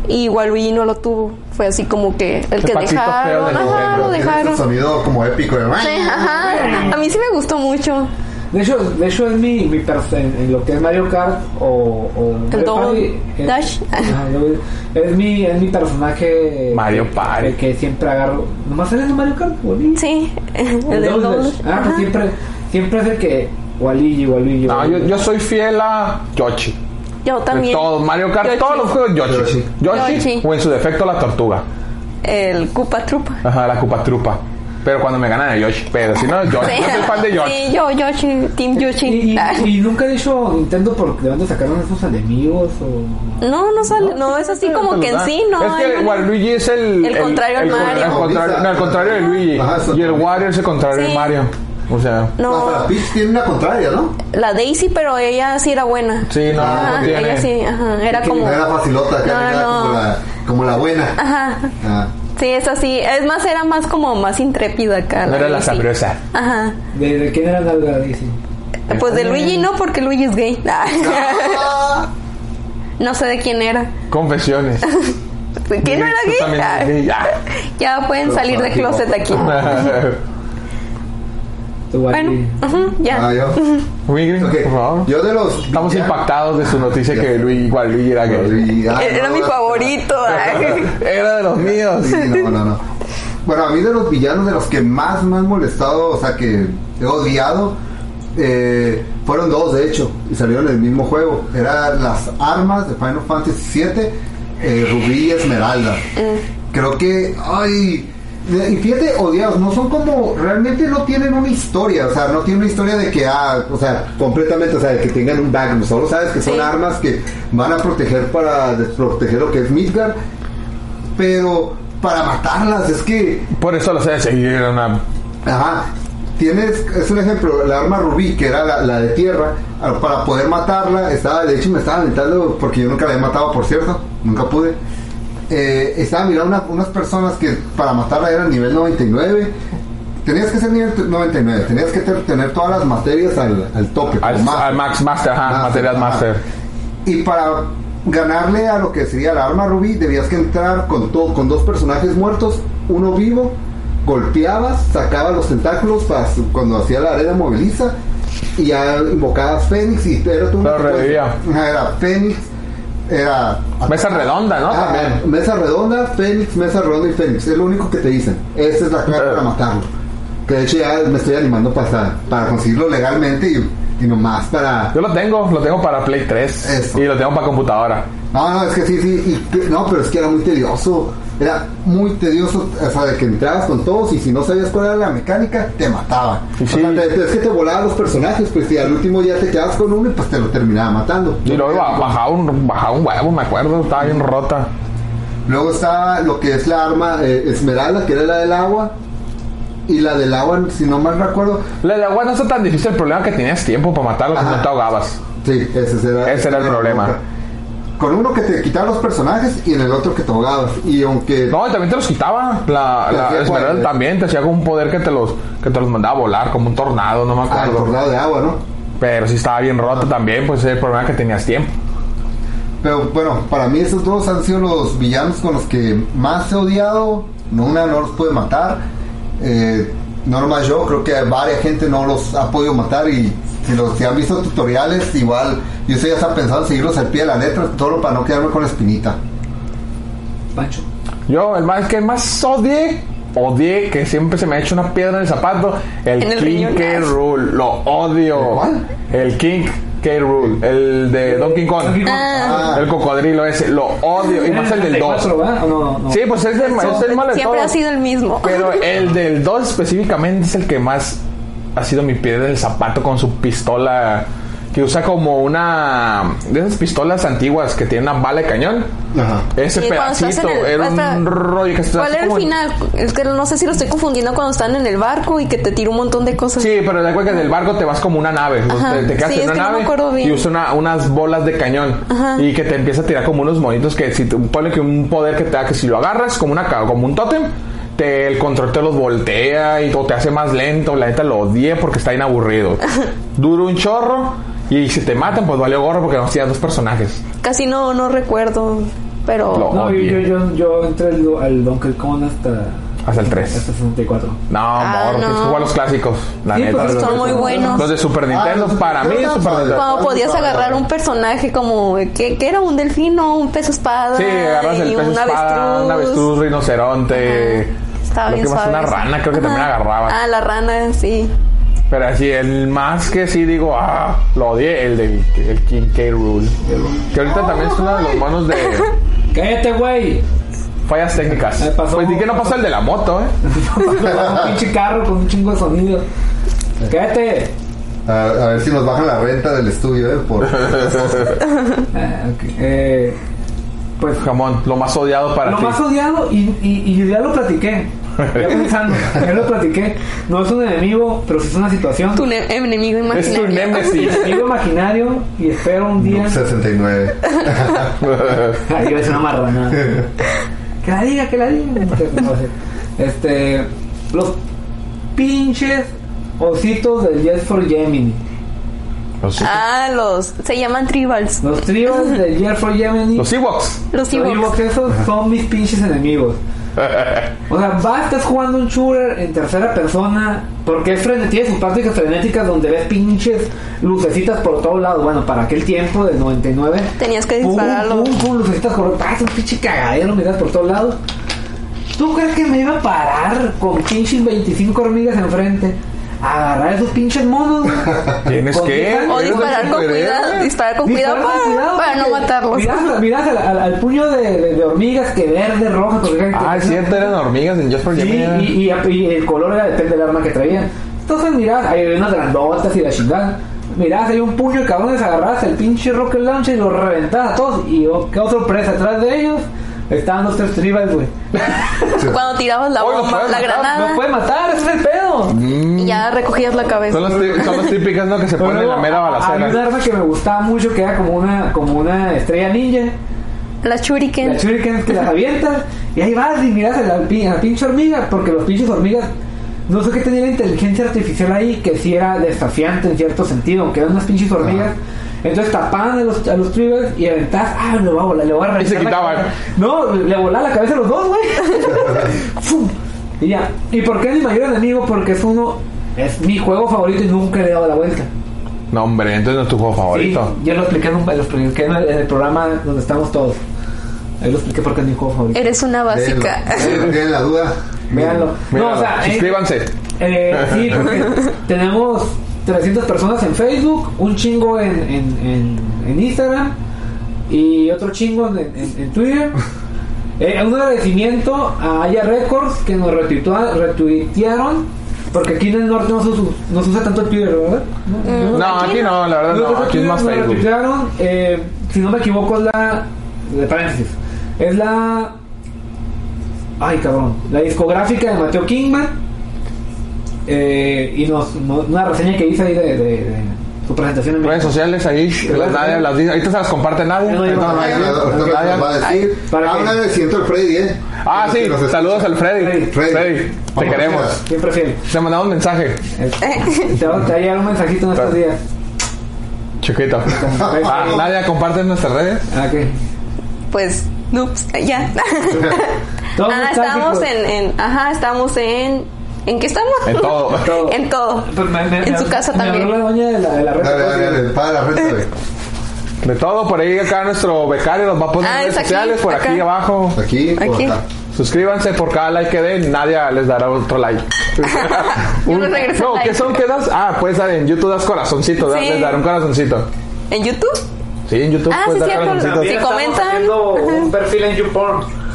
Y Waluigi no lo tuvo. Fue así como que el que patito feo de dejaron. Ajá, Nintendo. lo dejaron. Un este sonido como épico de Sí, ajá. A mí sí me gustó mucho. De hecho, de hecho es mi, mi pers- en, en lo que es Mario Kart o, o Mario Double Party, es- Dash. Ah, yo- es mi es mi personaje Mario Party. el que siempre agarro. Nomás eres de Mario Kart, güey. Sí. El del Double doble. Dash. Ah, pues Ajá. siempre siempre es el que Waluigi, Waluigi. No, yo, Waluigi. yo soy fiel a Yoshi. Yo De también. todos, Mario Kart, Yoshi. todos los juegos Yoshi. Yoshi. Yoshi. Yoshi. o en su defecto la tortuga. El Koopa Troopa. Ajá, la Cupa Trupa. Pero cuando me ganan a Yoshi, pero si no, Yoshi. Sí. Yo soy fan de Yoshi. Sí, yo, Yoshi, Team Yoshi. Y, y- Ah. y nunca he dicho Nintendo por de dónde sacaron esos enemigos o No, no sale. No, es así como que en sí, ¿no? Ah, Es que hay- Waluigi es el. El contrario al Mario. el contrario- no, el contrario de Luigi. Ajá, eso y el también. Wario es el contrario de Sí. Mario. O sea. No. Hasta la Peach tiene una contraria, ¿no? La Daisy, pero ella sí era buena. Sí, no, Ah, no Ajá, tiene. ella sí, ajá. Era como. No era facilota, que No, era no. Como, la, como la buena. Ajá. Ah. Sí, es así. Es más, era más como más intrépida acá. No era la Daisy. sabrosa. Ajá. de, de quién era la verdad, dice. Pues de Luigi no, porque Luigi es gay. Ah. No sé de quién era. Confesiones. ¿De ¿Quién no era Tú gay? también Ah. eres gay. Ah. Ya pueden salir de closet aquí. Tu Waluigi. Bueno, ajá, Ah, ya. yo. Miguel, Ok. por favor. Yo de los. Estamos impactados de su noticia que Luigi, igual Luigi era gay. Era mi favorito. ah. Era de los míos. Sí, no, no, no. Bueno, a mí de los villanos de los que más me han molestado, o sea, que he odiado, eh, fueron dos, de hecho, y salieron en el mismo juego. Eran las armas de Final Fantasy VII, eh, Rubí y Esmeralda. Creo que, ay, y fíjate, odiados, no son como, realmente no tienen una historia, o sea, no tienen una historia de que, ah, o sea, completamente, o sea, de que tengan un background, solo sabes que son Sí. armas que van a proteger para desproteger lo que es Midgard pero para matarlas es que Por eso lo sé, seguir era una. ajá tienes es un ejemplo la arma rubí que era la, la de tierra ah, para poder matarla estaba de hecho me estaba aventando porque yo nunca la he matado por cierto nunca pude Eh, estaba mirando una- unas personas que para matarla eran nivel 99 tenías que ser nivel 99 tenías que ter- tener todas las materias al, al tope Al, o más. al Max Master, ajá, Master, Material ajá. Master. Y para ganarle a lo que sería la arma rubí, debías que entrar con, to- con dos personajes muertos, uno vivo, golpeabas, sacabas los tentáculos para su- cuando hacía la arena moviliza y ya invocabas Fénix y era tú Pero revivía. Ajá, Era Fénix, era... Mesa redonda, ¿no? Ah, También. mesa redonda, Fénix, mesa redonda y Fénix. Es lo único que te dicen. Esa es la clave Eh. para matarlo. Que de hecho ya me estoy animando para, para conseguirlo legalmente y Y nomás para. Yo lo tengo, lo tengo para Play 3 Eso. y lo tengo para computadora. No, no, es que sí, sí. y que- no, pero es que era muy tedioso. Era muy tedioso, o sea, de que entrabas con todos y si no sabías cuál era la mecánica, te mataban. Y sí. O sea, te- te- es que te volaban los personajes, pues si al último día te quedabas con uno y pues te lo terminaba matando. Y luego ba- bajaba un, bajaba un huevo, me acuerdo, estaba bien rota. Luego está lo que es la arma eh, Esmeralda, que era la del agua. Y la del agua, si no mal recuerdo, La de agua no está tan difícil, el problema es que tenías tiempo para matarlos y Ajá. no te ahogabas. Sí, ese era, Ese era el problema. Con uno que te quitaba los personajes y en el otro que te ahogabas. Y aunque. No, y también te los quitaba. La, Te la hacía esmeralda cuadre- también te hacía como un poder que te los que te los mandaba a volar, como un tornado, no me Ah, el acuerdo. tornado de agua, ¿no? Pero sí estaba bien rota también, pues el problema es que tenías tiempo. Pero bueno, para mí esos dos han sido los villanos con los que más he odiado. No, una no los puede matar. Eh, no nomás yo, creo que varias gente no los ha podido matar. Y si, los, si han visto tutoriales, igual. Yo sé, ya está pensado en seguirlos al pie de la letra, solo para no quedarme con la espinita. Pancho. Yo, el más que más odié, odié que siempre se me ha hecho una piedra en el zapato, el, En el King riñón. K. Rule, lo odio. ¿El cuál? El King K. Rule, el de Donkey Kong, Ah. el cocodrilo ese, lo odio, y más el del 2. 4, ¿verdad? ¿O Ah, No, no. Sí, pues es, de, es el malo de Siempre todos. ha sido el mismo. Pero el del 2 específicamente es el que más ha sido mi piedra en el zapato con su pistola. Que usa como una. De esas pistolas antiguas que tiene una bala de cañón. Ajá. Ese Sí, cuando estás pedacito en el- era hasta- un rollo que se ¿Cuál era el como- final? Es que no sé si lo estoy confundiendo cuando están en el barco y que te tira un montón de cosas. Sí, pero la cuenta que del barco te vas como una nave. o sea, Ajá. Te, te quedas Sí, en es una que no me nave acuerdo bien. y usa una- unas bolas de cañón. Y que te empieza a tirar como unos monitos que si te- ponle que un poder que te da que si lo agarras como una ca- como un tótem, te, el control te los voltea y o te hace más lento. La neta lo odié porque está bien aburrido. Dura un chorro y si te matan, pues vale gorro porque nos tiras dos personajes. Casi no, no recuerdo. Pero Lo No, yo, yo, odié. yo, yo entré al, al Donkey Kong hasta. Hasta el tres. Hasta 64. No, Ah, amor, tienes que no. jugar los clásicos. La Sí, neta. pues, Los- son muy buenos. Los de Super Nintendo, los- para mí, los- Super Nintendo. Cuando podías agarrar un personaje como que, que era un delfín o un pez espada Sí, agarras el y pez un Ah, espada, un avestruz, rinoceronte. Estaba lo bien que más, suave una eso. rana, creo que también Ajá. agarraba. Ah, la rana, sí. Pero así, el más que sí digo, ah, lo odié, el del el King K. Rule. Que ahorita también es uno de los monos de ¡Cállate, güey! fallas técnicas. Me pasó- Pues di que no pasó el de la moto, ¿eh? un pinche carro con un chingo de sonido. ¡Cállate! A, a ver si nos bajan la renta del estudio, ¿eh? Por, Ah, ok. Eh, pues Jamón, lo más odiado para lo ti. más odiado y, y, y ya lo platiqué. Ya pensando, ya lo platiqué. No es un enemigo, pero sí es una situación. Tu ne- enemigo Es imaginario. tu némesis. Enemigo imaginario y espero un día. 69. Ay, iba a decir una marranada. Que la diga, que la diga. No sé. Este. Los pinches ositos del Yes for Gemini. los, Ah, los. Se llaman tribals. Los tríos del Yes for Gemini. los Ewoks. Los Yo digo Ewoks. que esos son mis pinches enemigos. O sea, va, estás jugando un shooter en tercera persona. Porque es frenético, tiene sus prácticas frenéticas donde ves pinches lucecitas por todos lados. Bueno, para aquel tiempo del 99. Tenías que Pum, dispararlo. pum, pum, lucecitas corriendo. Ah, es un pinche cagadero, miras por todos lados. ¿Tú crees que me iba a parar con pinches 25 hormigas enfrente? A agarrar esos pinches monos. güey? Tienes Con que- diez años, O disparar con superhéroe. cuidado. Disparar con Disparar cuidado para, con cuidado, para no porque matarlos. Mirás, mirás al, al- al puño de, de- de hormigas que verde, roja, porque Ah, es cierto, eran hormigas en Just for Sí, Gemini. y, y- y el color era depende del arma que traían. Entonces mirás, hay unas grandotas y la chingada. Mirás, hay un puño de cabrones, agarrás el pinche rocket launcher y lo reventás a todos. Y oh, qué otra sorpresa, atrás de ellos estaban los tres tribales, güey. Cuando tirabas la Oye, los bomba, puedes la matar, granada. Los puede matar, ese es el pedo. Mm, Y ya recogías la cabeza. Son las, tí- son las típicas, ¿no? Que se ponen en la mera Había un balacera. arma que me gustaba mucho que era como una, como una estrella ninja. Las La shuriken. shuriken que las avientas y ahí vas y miras a la, pi- a la pinche hormiga, porque los pinches hormigas, no sé qué tenía la inteligencia artificial ahí, que sí era desafiante en cierto sentido, aunque eran unas pinches hormigas. Entonces tapaban a los, a los tribals y aventás, ah, le voy a volar, le voy a Y se arrancar la quitaban. cabeza". No, le volaba la cabeza a los dos, güey. Fum. y ya. ¿Y por qué es mi mayor enemigo? Porque es uno, es mi juego favorito y nunca le he dado la vuelta. No, hombre, entonces no es tu juego Sí, favorito. yo lo expliqué, en un- lo expliqué en el- en el programa donde estamos todos. Ahí lo expliqué porque es mi juego favorito. Eres una básica. Véanlo. eh, Tienen la duda. Véanlo. Mira, no, o sea, eh, suscríbanse. eh, sí, porque tenemos 300 personas en Facebook, un chingo en, en, en, en Instagram y otro chingo en, en- en Twitter. Eh, un agradecimiento a Haya Records que nos retuitua- retuitearon, porque aquí en el norte no se, usa- no se usa tanto el Twitter, ¿verdad? No, No, aquí no, la verdad no. Aquí es más Nos Facebook. retuitearon, eh, si no me equivoco, es la. De paréntesis. Es la. Ay, cabrón. La discográfica de Mateo Kingman. Eh, y nos, no- una reseña que hice ahí de, de- de su presentación en Redes México. sociales ahí. las- Nadie las dice. Ahorita se las comparte nadie. Ahí no Ay, Entonces, ahorita nadie- nos va a decir. para Ah, que- un agradecimiento al Freddy, ¿eh? Ah, Que sí. nos escucha. Saludos al Freddy. Freddy. Freddy, te Vamos, queremos. Siempre fiel. Te mandamos un mensaje. Eh. Este, te va te va a llegar un mensajito en estos días. Chiquito. Ah, Nadia, comparte en nuestras redes. Ah, ¿qué? Pues, ups, ya. Todos pues, ah, nostálgicos. estábamos en, en- Ajá, estamos en. ¿En qué estamos? En todo. Todo. en todo. Pues me- me- en me- su casa me también. habló la doña de la, de la red Dale, dale, dale, para la red, güey. De todo, por ahí acá nuestro becario nos va a poner Ah, en es redes aquí, sociales, por aquí acá. abajo. Aquí, por Aquí. acá. Suscríbanse por cada like que den, Nadia les dará otro like. Yo Un- les regreso no, el ¿qué like. son? ¿Qué das? Ah, puedes dar en YouTube das corazoncito, da- Sí. les daré un corazoncito. ¿En YouTube? Sí, en YouTube Ah, puedes sí, dar cierto. corazoncitos. Si Estamos comentan- haciendo un perfil en YouPorn.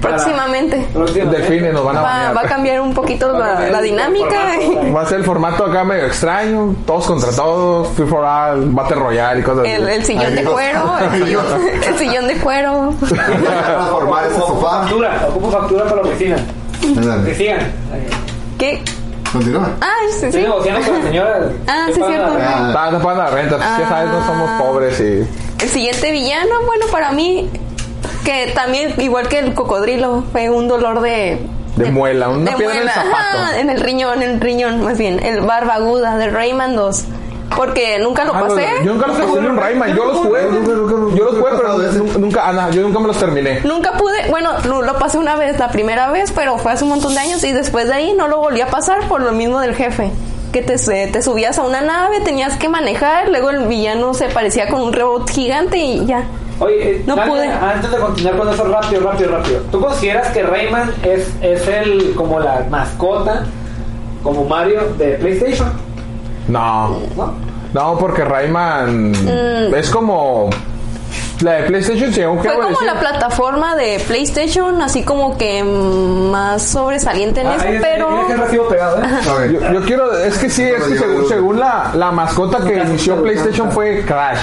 Para- Próximamente. próximamente. Define, nos van a ¿eh? Va, banear. va a cambiar un poquito Va a la, cambiar la el dinámica. formato. Va a ser el formato acá medio extraño, todos contra todos, free for all, battle royale y cosas así. El, el sillón de Adiós. cuero. El sillón, el sillón de cuero. Transformar ese Ocupo sofá. factura, ocupo factura para la oficina. Que Dale, sigan. ¿Qué? Continúa. Ah, sí, Estoy sí. negociando con la señora. Ah, Estoy sí, pagando cierto. la- Ah, Está tapando la renta, pues, ya sabes, no somos Ah. pobres y... El siguiente villano, bueno, para mí, que también, igual que el cocodrilo, fue un dolor de. De muela, una piedra en el muela. zapato. Ajá, en el riñón, en el riñón, más bien. El barba aguda de Rayman 2. Porque nunca lo Ah, pasé. no, Yo nunca los pasé en un Rayman, yo los jugué, yo los jugué, pero nun- nunca, ah, no, yo nunca me los terminé. Nunca pude, bueno, lo, lo pasé una vez, la primera vez, pero fue hace un montón de años y después de ahí no lo volví a pasar por lo mismo del jefe. Que te, se- te subías a una nave, tenías que manejar, luego el villano se parecía con un robot gigante y ya. Oye, eh, No Nadia, pude. Antes de continuar con eso, rápido, rápido, rápido. ¿Tú consideras que Rayman es, es el como la mascota, como Mario de PlayStation? No. ¿No? No, porque Rayman es como la de PlayStation, si aún Mm. Fue quiero como decir. la plataforma de PlayStation, así como que más sobresaliente en Ah, eso, Ahí es- pero... mira que recibo pegado, ¿eh? A ver. Yo, yo quiero, es que sí, es que según, según la, la mascota que inició PlayStation fue Crash.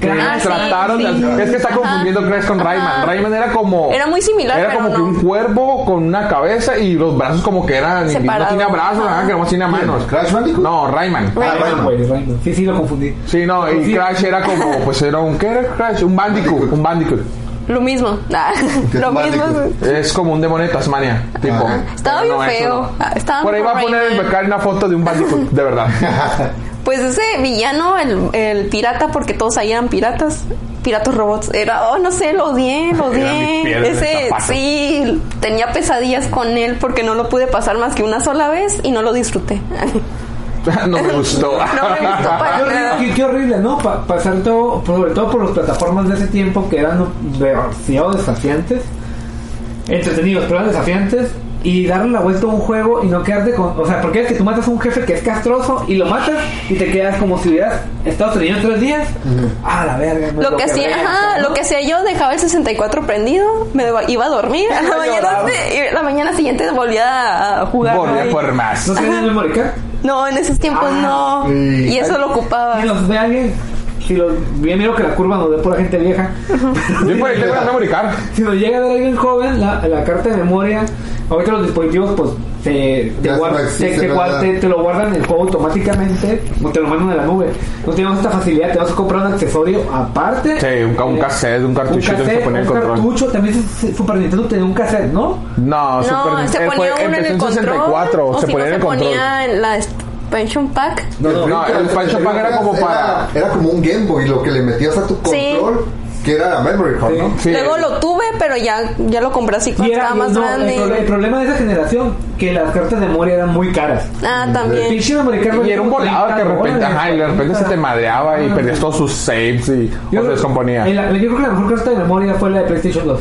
Que Ah, sí, trataron de- sí. es que está Ajá. confundiendo Crash con Ajá. Rayman. Rayman era como Era muy similar, Era pero como que no. un cuervo con una cabeza y los brazos como que eran no Separado. tenía brazos, Ajá. ajá, que nomás tenía manos. ¿Crash Bandicoot? No, Rayman. Ah, Rayman, Rayman. güey, Rayman. Sí, sí, lo confundí. Sí, no, y Sí. Crash era como, pues era un, ¿qué era Crash? Un Bandicoot, un Bandicoot. Lo mismo, ah, ¿Qué lo más mismo. digo? Es como un demonio de Tasmania, tipo. Ajá. Estaba Pero bien no, eso feo. no. Ah, estaba Por ahí va a mejor poner el Rayman. becario una foto de un Bandicoot, de verdad. Pues ese villano, el, el pirata, porque todos ahí eran piratas, piratas robots, era, oh, no sé, lo odié, lo mi piedra en odié. el Ese, zapato. sí, tenía pesadillas con él porque no lo pude pasar más que una sola vez y no lo disfruté. No no me gustó. me gustó Qué para horrible, nada. qué, qué horrible, ¿no? Pa- pasar todo, sobre todo por las plataformas de ese tiempo que eran demasiado desafiantes, entretenidos, pero eran desafiantes, y darle la vuelta a un juego y no quedarte con. O sea, porque es que tú matas a un jefe que es castroso y lo matas y te quedas como si hubieras estado teniendo tres días. Ah, la verga. Pues no es Lo que hacía, veía, ajá, ¿no? lo que hacía yo, dejaba el 64 prendido, me deba- iba a dormir, a la mañana, Lloraba. se- este, la mañana siguiente volvía a jugar. Volví a ahí. por más. No tenía memoria card. No, en esos tiempos Ah, no. Y eso lo ocupaba. Ni los ve alguien. Si los bien miro que la curva nos ve por la gente vieja. Yo por ahí tengo una memory card. Si nos llega a ver alguien joven, la, la carta de memoria, ahorita los dispositivos, pues te, te, Ya guard- no existe, te- te guard- ¿verdad? te- te lo guardan en el juego automáticamente o te lo mandan a la nube. No tenemos esta facilidad, te vas a comprar un accesorio aparte. Sí, un ca- un Eh, cassette, un cartucho, Un, tienes que cassette, poner un el control. cartucho, también se- se- Super Nintendo tenía un cassette, ¿no? No, No, Super se eh, ponía fue- uno en empezó el en control. 64, o se si ponía no, en el se control. ponía en la expansion pack. no, el expansion pack era como para- Era como un Game Boy, lo que le metías a tu Sí. control, que era la memory card, Sí. ¿no? Sí, Luego eh, lo tuve, pero ya, ya lo compré así Y cuando era, estaba Pues más no, El, proble- el grande. problema de esa generación, que las cartas de memoria eran muy caras. Ah, también. Pinche memory card Y era un como volador que de 30 repente, dólares, ajá, y de repente se te 40. madreaba y Ah, perdías sí. todos sus saves y o se creo- descomponía. en la- yo creo que la mejor carta de memoria fue la de PlayStation 2.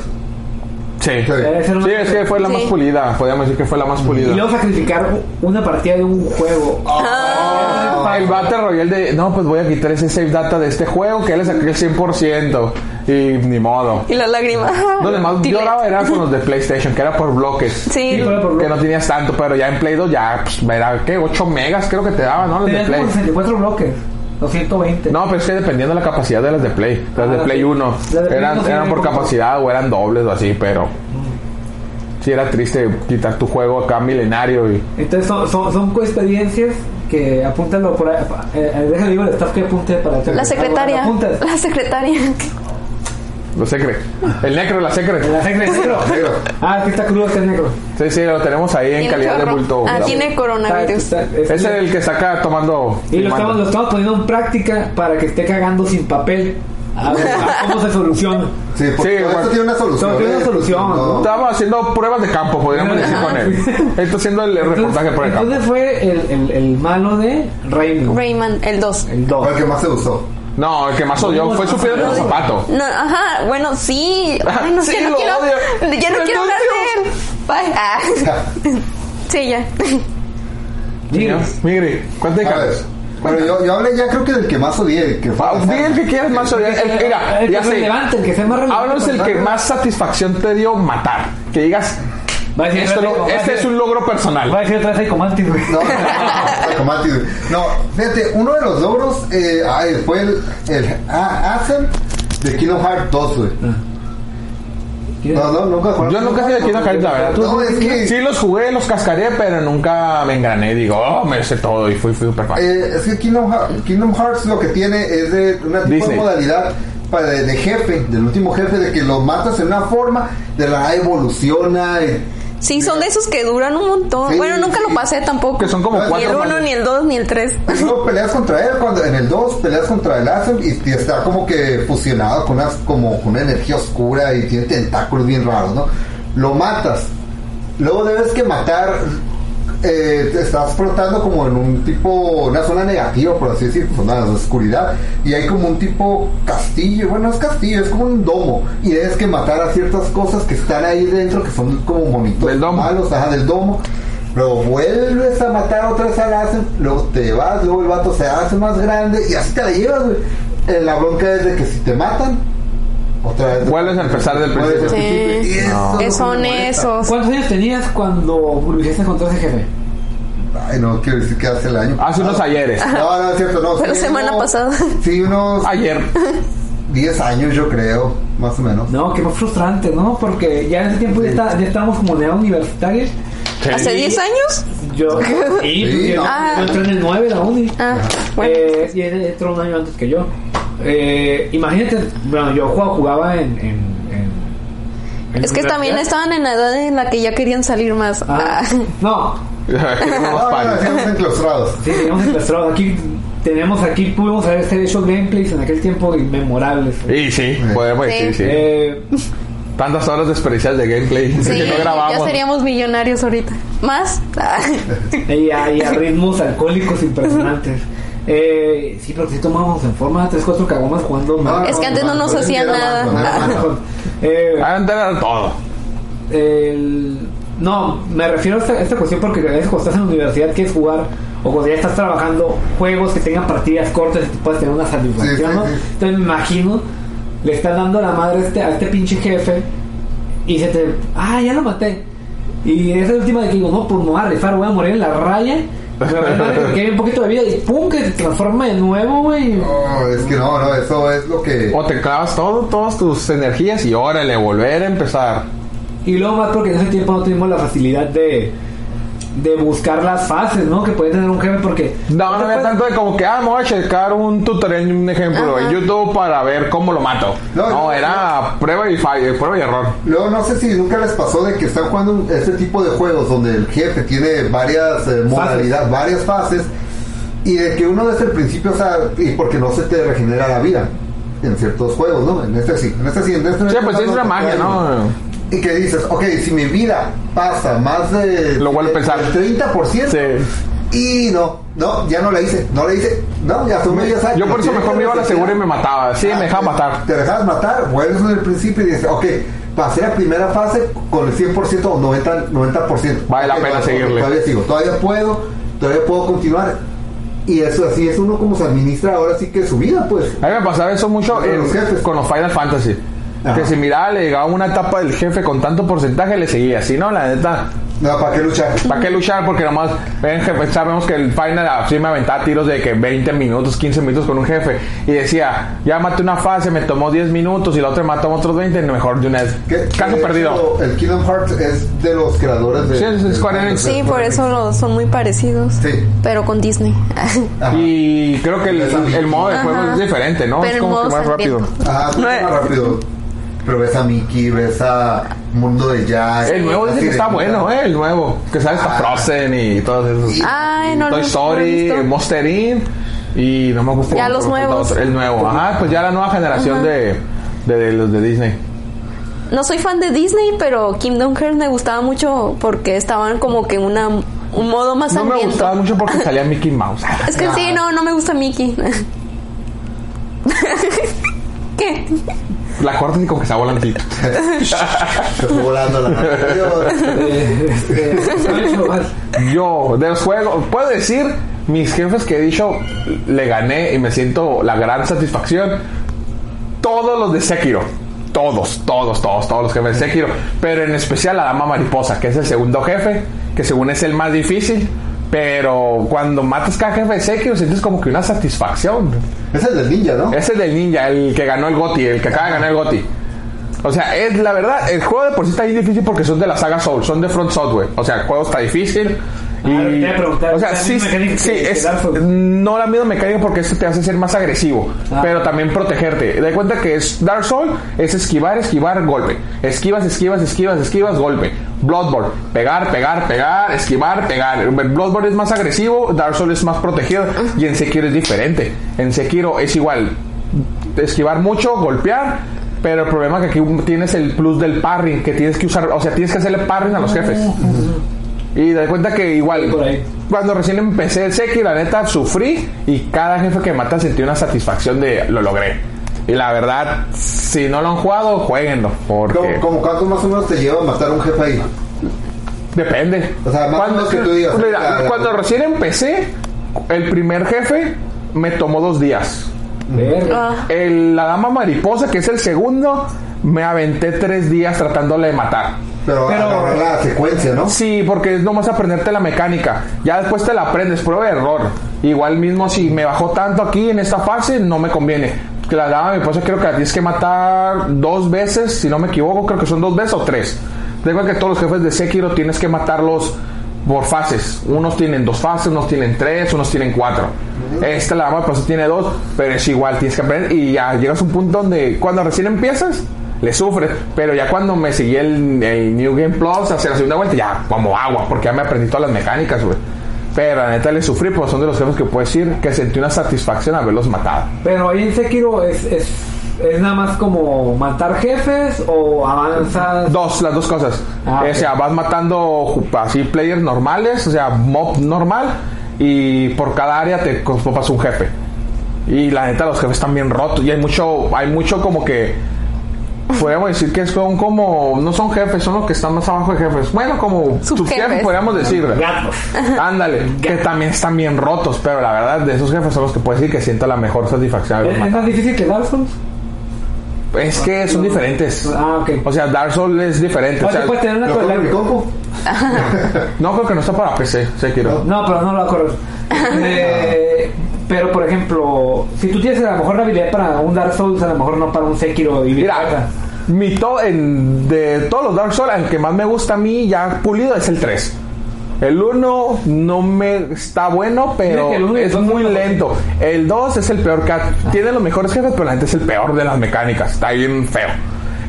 Sí. Sí. Debe ser una- Sí, es que fue la más Sí. pulida. Podríamos decir que fue la más Y pulida. luego sacrificar una partida de un juego. Ah, Ah, El Battle Royale de. No, pues voy a quitar ese save data de este juego que ya le saqué el 100%. Y ni modo. Y la lágrima. Donde más Dile. lloraba era con los de PlayStation, que era por bloques. Sí. Sí, fue por- Que no tenías tanto, pero ya en Play 2 ya, pues, me da, ¿qué? 8 megas creo que te daban, ¿no? Los de Tenías Play. como 64 bloques. O 120. No, pero es que dependiendo de la capacidad de las de Play. Las Ah, de las Play de- 1 las de Play eran, no eran tienen por como- capacidad o eran dobles o así, pero... Mm. Sí, era triste quitar tu juego acá milenario y... Entonces son, son, son coexperiencias que apúntalo por ahí. Eh, eh, déjale digo al staff que apunte para La secretaria. Apuntas. La secretaria. Lo secret. El Necro, la secret. La secretaria negro. Negro. Ah, es que está crudo este negro. Sí, sí, lo tenemos ahí en Tiene calidad de chorro. bulto. Ah, tiene Está- coronavirus. está- es- Es el que saca tomando... Y lo fumando. estamos, lo estamos poniendo en práctica para que esté cagando sin papel. A ver cómo se soluciona. Sí, porque Sí, todo bueno. esto tiene una solución. Todo tiene una ¿eh? solución, ¿no? Estábamos haciendo pruebas de campo, podríamos decir con él. Él está haciendo el reportaje por el campo. Ah, entonces fue el, el, el malo de Raymond. Rayman, el 2. Eh. el Fue 2. el que más se usó. No, el que más odió fue su piedra en el zapato. No, ajá, bueno, sí. Ay, no, Ah, Sí, ya lo no quiero, odio. ya no quiero hablar de él. Bye. Ah. Sí, ya. Mira, Mire, ¿cuánto A ver. dejas? Bueno, yo, yo hablé ya creo que del que más odié. El que fue Ah, la Diga el sangre. que quieras más odiar. El- Mira, el que ya es sé. relevante, el que sea más relevante. Háblanos el que más satisfacción te dio matar. Que digas, Va a decir, esto lo- va a este decir- es un logro Va a personal. decir otra vez ahí como antes, güey. No, no, no, como antes, güey. no, fíjate, uno de los logros eh, ay, fue el, el ah, Ascent de Kingdom Hearts 2, güey. No, no, nunca jugaron Yo nunca he sido de Kingdom Hearts, la verdad. No, es que, Sí los jugué, los cascaré, pero nunca me engrané. Digo, oh, me sé todo y fui, fui super fan. eh, es que Kingdom, Heart- Kingdom Hearts lo que tiene es de una tipo Disney. de modalidad para de, de jefe, del último jefe, de que lo matas en una forma, de la nada evoluciona. y- Sí, son de esos que duran un montón. Sí, bueno, nunca sí. lo pasé tampoco. Que son como Ni cuatro el 1, manos. ni el 2, ni el 3. Luego peleas Pues contra él, cuando en el 2 peleas contra el Ascent y, y está como que fusionado con, unas, como con una energía oscura y tiene tentáculos bien raros, ¿no? Lo matas. Luego debes que matar. eh, te estás flotando como en un tipo, una zona negativa, por así decir, zona de oscuridad, y hay como un tipo castillo, bueno, no es castillo, es como un domo, y debes que matar a ciertas cosas que están ahí dentro, que son como monitores Del domo. malos, Pues, ah, ajá, del domo. Luego vuelves a matar otra vez al Asen, luego te vas, luego el vato se hace más grande y así te la llevas, güey. Eh, La bronca es de que si te matan, otra vez. Vuelves a empezar del Vuelves al principio. Sí. principio. Y eso Eh, es lo que son me molesta. esos. ¿Cuántos años tenías cuando luchaste contra ese jefe? Ay, no quiero decir que hace el año. Hace unos pasado. ayeres. No, no, es cierto, no. Fue la sí, semana unos- pasada. Sí, unos Ayer. 10 años, yo creo, más o menos. No, que fue frustrante, ¿no? Porque ya en ese tiempo ya, está- ya estábamos como en edad universitaria. ¿Hace 10 años? Yo, sí, Sí, yo- no. yo entré en el 9 la uni. Ah, bueno. Eh, y él entró un año antes que yo. Eh, imagínate, bueno, yo jugaba, jugaba en, en, en- en es que universidad. también estaban en la edad en la que ya querían salir más. Ah, Ah. no, No, Queremos no, no, pan. estamos enclaustrados. sí, teníamos secuestrados. Aquí tenemos, aquí pudimos haber hecho gameplays en aquel tiempo inmemorables. Y sí, podemos decir, sí. Eh, Tantas horas desperdiciadas de gameplay Sí, que no ya grabamos. seríamos millonarios ahorita. ¿Más? Ah. y, a, y a ritmos alcohólicos impresionantes. Eh, sí, pero si tomábamos en forma 3-4 cagomas jugando más. Es que Ah. antes no nos pero hacían era más, nada. era más. Eh, Antes era todo. el- no, me refiero a esta, esta cuestión porque a veces cuando estás en la universidad quieres jugar o cuando ya estás trabajando juegos que tengan partidas cortas y te puedas tener una satisfacción, Sí, sí, ¿no? sí. Entonces me imagino, le estás dando la madre a este, a este pinche jefe y se te... Ah, ya lo maté. Y esa es la última de que digo, no, pues me voy a rifar, voy a morir en la raya. Me voy a madre porque hay un poquito de vida y pum, que se transforma de nuevo, güey. No, es que no, no, eso es lo que. O te clavas todo, todas tus energías y órale, volver a empezar. Y luego más porque en ese tiempo no tuvimos la facilidad de, de buscar las fases, ¿no? Que puede tener un jefe porque... Este, No, no había tanto de como que, ah, me voy a checar un tutorial, un ejemplo en YouTube para ver cómo lo mato. No, No, no, era prueba y fallo, prueba y error. Luego no sé si nunca les pasó de que están jugando un- este tipo de juegos donde el jefe tiene varias eh, modalidades, varias fases y de que uno desde el principio, o sea, y porque no se te regenera la vida en ciertos juegos, ¿no? En este sí, en este sí, en este Sí, pues sí, es una magia, ¿no? Y que dices, ok, si mi vida pasa más de Lo vuelvo a pensar. del 30%, Sí. y no, no, ya no la hice, no la hice, no, ya son medias años. Yo por eso mejor me iba a la segura y me mataba. Sí, me dejaba matar. Te dejabas matar, vuelves en el principio y dices, ok, pasé la primera fase con el 100% o 90%. 90%. Vale la Ok, pena todavía- seguirle. Todavía sigo, todavía puedo, todavía puedo continuar. Y eso así es uno como se administra ahora sí que su vida, pues. A mí me pasaba eso mucho Con en- los jefes. con los Final Fantasy. Ajá. Que si miraba, le llegaba una etapa del jefe con tanto porcentaje, le seguía. Si no, la neta, No, ¿para qué luchar? ¿para qué luchar? Porque nomás, ven, jefe, sabemos que el final así me aventaba tiros de que 20 minutos, 15 minutos con un jefe. Y decía, ya maté una fase, me tomó 10 minutos y la otra me mató otros 20, mejor de una vez. Que- Caso que de perdido. hecho, El Kingdom Hearts es de los creadores de. Sí, es de- Square Enix. Sí, por eso los- son muy parecidos. Sí. Pero con Disney. Ajá. Y creo que el, el modo de juego Ajá. es diferente, ¿no? Pero es el como modo que más rápido. sangriento. Ajá, pues, No, eh. más rápido. Pero ves a Mickey, ves a Mundo de Jazz. El nuevo dice que está bueno, ¿eh? El nuevo. Que sale hasta Ah. Frozen y todos esos. Ay, Ah, no lo no lo Toy he Story, visto. Monster Inc. Y no me gusta. Ya cómo los se llama nuevos. otro. El nuevo. Ajá, pues ya la nueva generación de, de, de los de Disney. No soy fan de Disney, pero Kingdom Hearts me gustaba mucho porque estaban como que en una, un modo más No me sangriento. gustaba mucho porque salía Mickey Mouse. Es que sí, no, no me gusta Mickey. ¿Qué? La corta y como que está volantito. Se fue volando la Dios. Eh, este, Sonic Global. Yo, del juego, puedo decir, mis jefes que he dicho, le gané y me siento la gran satisfacción. Todos los de Sekiro. Todos, todos, todos, todos los jefes de Sekiro. Pero en especial a la dama mariposa, que es el segundo jefe, que según es el más difícil. Pero cuando matas cada jefe de Sekiro, sientes como que una satisfacción. Es el del ninja, ¿no? Ese es del ninja, el que ganó el Goti, el que acaba de ganar el Goti. O sea, es la verdad, el juego de por sí está bien difícil porque son de la saga Soul, son de Front Software. O sea, el juego está difícil. Y, Ah, te iba a preguntar, o sea, ¿es la sí, misma mecánica sí, que es, Dark Souls? no la misma mecánica porque esto te hace ser más agresivo, Ah. pero también protegerte. De cuenta que es Dark Soul, es esquivar, esquivar, golpe. Esquivas, esquivas, esquivas, esquivas, golpe. Bloodborne, pegar, pegar, pegar, esquivar, pegar. Bloodborne es más agresivo, Dark Soul es más protegido Ah. y en Sekiro es diferente. En Sekiro es igual, esquivar mucho, golpear. Pero el problema es que aquí tienes el plus del parry, que tienes que usar, o sea, tienes que hacerle parry a los jefes. Y de cuenta que igual, Sí, Ah, por ahí. cuando recién empecé el Seki, la neta sufrí y cada jefe que mata sentí una satisfacción de lo logré. Y la verdad, si no lo han jugado, jueguenlo. Porque ¿Cómo, cómo cuánto más o menos te lleva a matar a un jefe ahí? depende. O sea, más o menos que tú digas. Mira, La- la- cuando recién empecé, el primer jefe me tomó dos días. Verga. Ah, El- la dama mariposa, que es el segundo, me aventé tres días tratándole de matar. Pero, Pero- agarrar la secuencia, ¿no? Sí, porque es nomás aprenderte la mecánica. Ya después te la aprendes, prueba y error. Igual mismo si me bajó tanto aquí en esta fase, no me conviene. Que la dama mi esposa creo que la tienes que matar dos veces, si no me equivoco, creo que son dos veces o tres. Tengo que todos los jefes de Sekiro tienes que matarlos por fases. Unos tienen dos fases, unos tienen tres, unos tienen cuatro. Esta la dama pues tiene dos, pero es igual, tienes que aprender y ya llegas a un punto donde cuando recién empiezas le sufres, pero ya cuando me seguí el, el New Game Plus hacia la segunda vuelta, ya como agua, porque ya me aprendí todas las mecánicas, güey. Pero la neta le sufrí, pues son de los jefes que puedo decir que sentí una satisfacción haberlos matado. Pero ahí en Sekiro es, es, es nada más como matar jefes o avanzas. Dos, las dos cosas. Ah, Eh, ok. O sea, vas matando ju- así players normales, o sea, mob normal, y por cada área te copas un jefe. Y la neta, los jefes están bien rotos, y hay mucho, hay mucho como que. Podríamos decir que son como. No son jefes, son los que están más abajo de jefes. Bueno, como Subjefes. subjefes, podríamos decir. Gatos. Ándale, que también están bien rotos, pero la verdad, de esos jefes son los que puedes decir que sienta la mejor satisfacción. al ¿Es, es matar. más difícil que Dark Souls? Es que son diferentes. Ah, ok. Pues O sea, Dark Souls es diferente. o Oye, sea, puedes tener una ¿Lo cola- corre mi compu? No, creo que no está para PC, Sekiro. No, pero no lo va a correr. Eh, pero, por ejemplo, si tú tienes a lo mejor la habilidad para un Dark Souls, a lo mejor no para un Sekiro y Mira, viceversa. mi to- en- de todos los Dark Souls, el que más me gusta a mí ya pulido es el 3. El 1 no me está bueno, pero Mira que el uno y el es dos son muy los- lento. El 2 es el peor cat. Tiene los mejores jefes, pero la gente es el peor de las mecánicas. Está bien feo.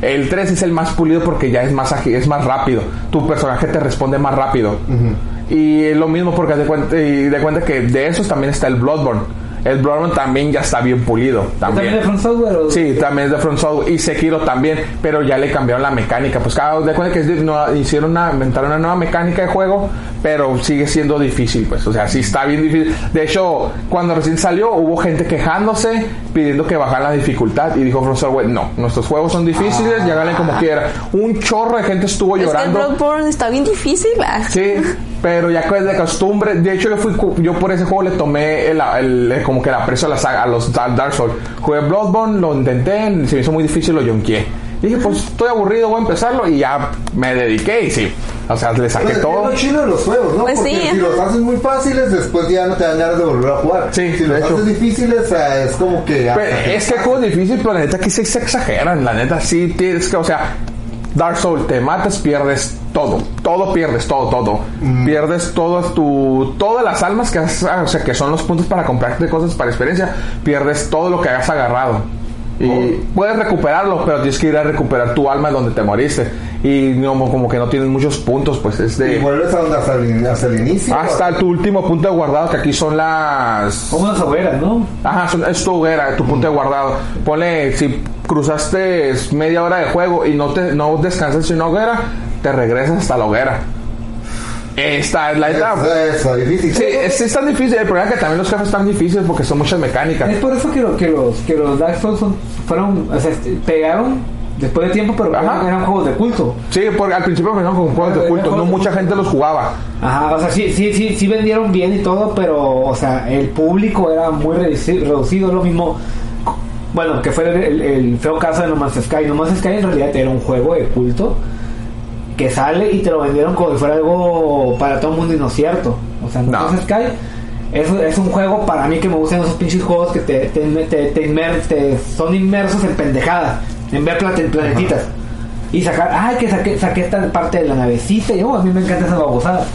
El 3 es el más pulido porque ya es más ágil, es más rápido. Tu personaje te responde más rápido. Y es lo mismo porque haz de cuenta, y de cuenta que de esos también está el Bloodborne. El Bloodborne también ya está bien pulido. También. ¿También de Front Software? o- Sí, también es de Front Software y Sekiro también, pero ya le cambiaron la mecánica. Pues cada de acuerdo que es de- no, hicieron una, inventaron una nueva mecánica de juego, pero sigue siendo difícil, pues. O sea, sí está bien difícil. De hecho, cuando recién salió hubo gente quejándose, pidiendo que bajara la dificultad y dijo Front Software, no, nuestros juegos son difíciles, y háganle como quiera. Un chorro de gente estuvo Es que el llorando. Bloodborne está bien difícil. ah. Sí, pero ya que es de costumbre. De hecho, yo fui cu- yo por ese juego le tomé el, el- como que la presa a la saga, a los Dark Dark Souls. Jugué Bloodborne, lo intenté, se me hizo muy difícil, lo yonqué. Dije, pues estoy aburrido, voy a empezarlo y ya me dediqué y sí. O sea, le saqué Pero todo. Pues, Es lo chido de los juegos, ¿no? Pues Porque sí. si los haces muy fáciles, después ya no te dan ganas de volver a jugar. Sí, si los de hecho. haces difíciles, ah, es como que. ah, Pero es que el juego es difícil, pero la neta que sí se exageran. La neta sí tienes que, o sea, Dark Souls, te matas, pierdes todo. Todo pierdes, todo, todo. Pierdes todas tu, todas las almas que has, ah, o sea, que son los puntos para comprarte cosas para experiencia. Pierdes todo lo que hayas agarrado. Y puedes recuperarlo, pero tienes que ir a recuperar tu alma donde te moriste. Y no, como que no tienes muchos puntos, pues es Y de. vuelves a donde hasta el, hasta el inicio. Hasta tu último punto de guardado, que aquí son las. Como unas hogueras, ¿no? Ajá, son- es tu hoguera, tu punto de guardado. Ponle, si cruzaste media hora de juego y no te no descansas en una hoguera, te regresas hasta la hoguera. Esta es la etapa. Es, es, es difícil. Sí, es, es tan difícil. El problema es que también los jefes están difíciles porque son muchas mecánicas. Es por eso que, lo- que los, que los Dark Souls son- fueron, o sea, este, pegaron después de tiempo, pero Ajá. eran, eran juegos de culto. Sí, porque al principio empezaron con juegos de culto, no mucha gente los jugaba. Ajá, o sea, sí, sí, sí, sí vendieron bien y todo, pero, o sea, el público era muy reduci- reducido, lo mismo. Bueno, que fue el, el- el feo caso de No Man's Sky. No Man's Sky en realidad era un juego de culto que sale y te lo vendieron como si fuera algo para todo el mundo y no es cierto. O sea, No, No. Man's Sky es, es un juego para mí que me gustan esos pinches juegos que te, te, te- te inmer- te- son inmersos en pendejadas, en ver plate- planetitas. Y sacar, ay, que saqué, saqué esta parte de la navecita. Y, oh, a mí me encanta esa babosada.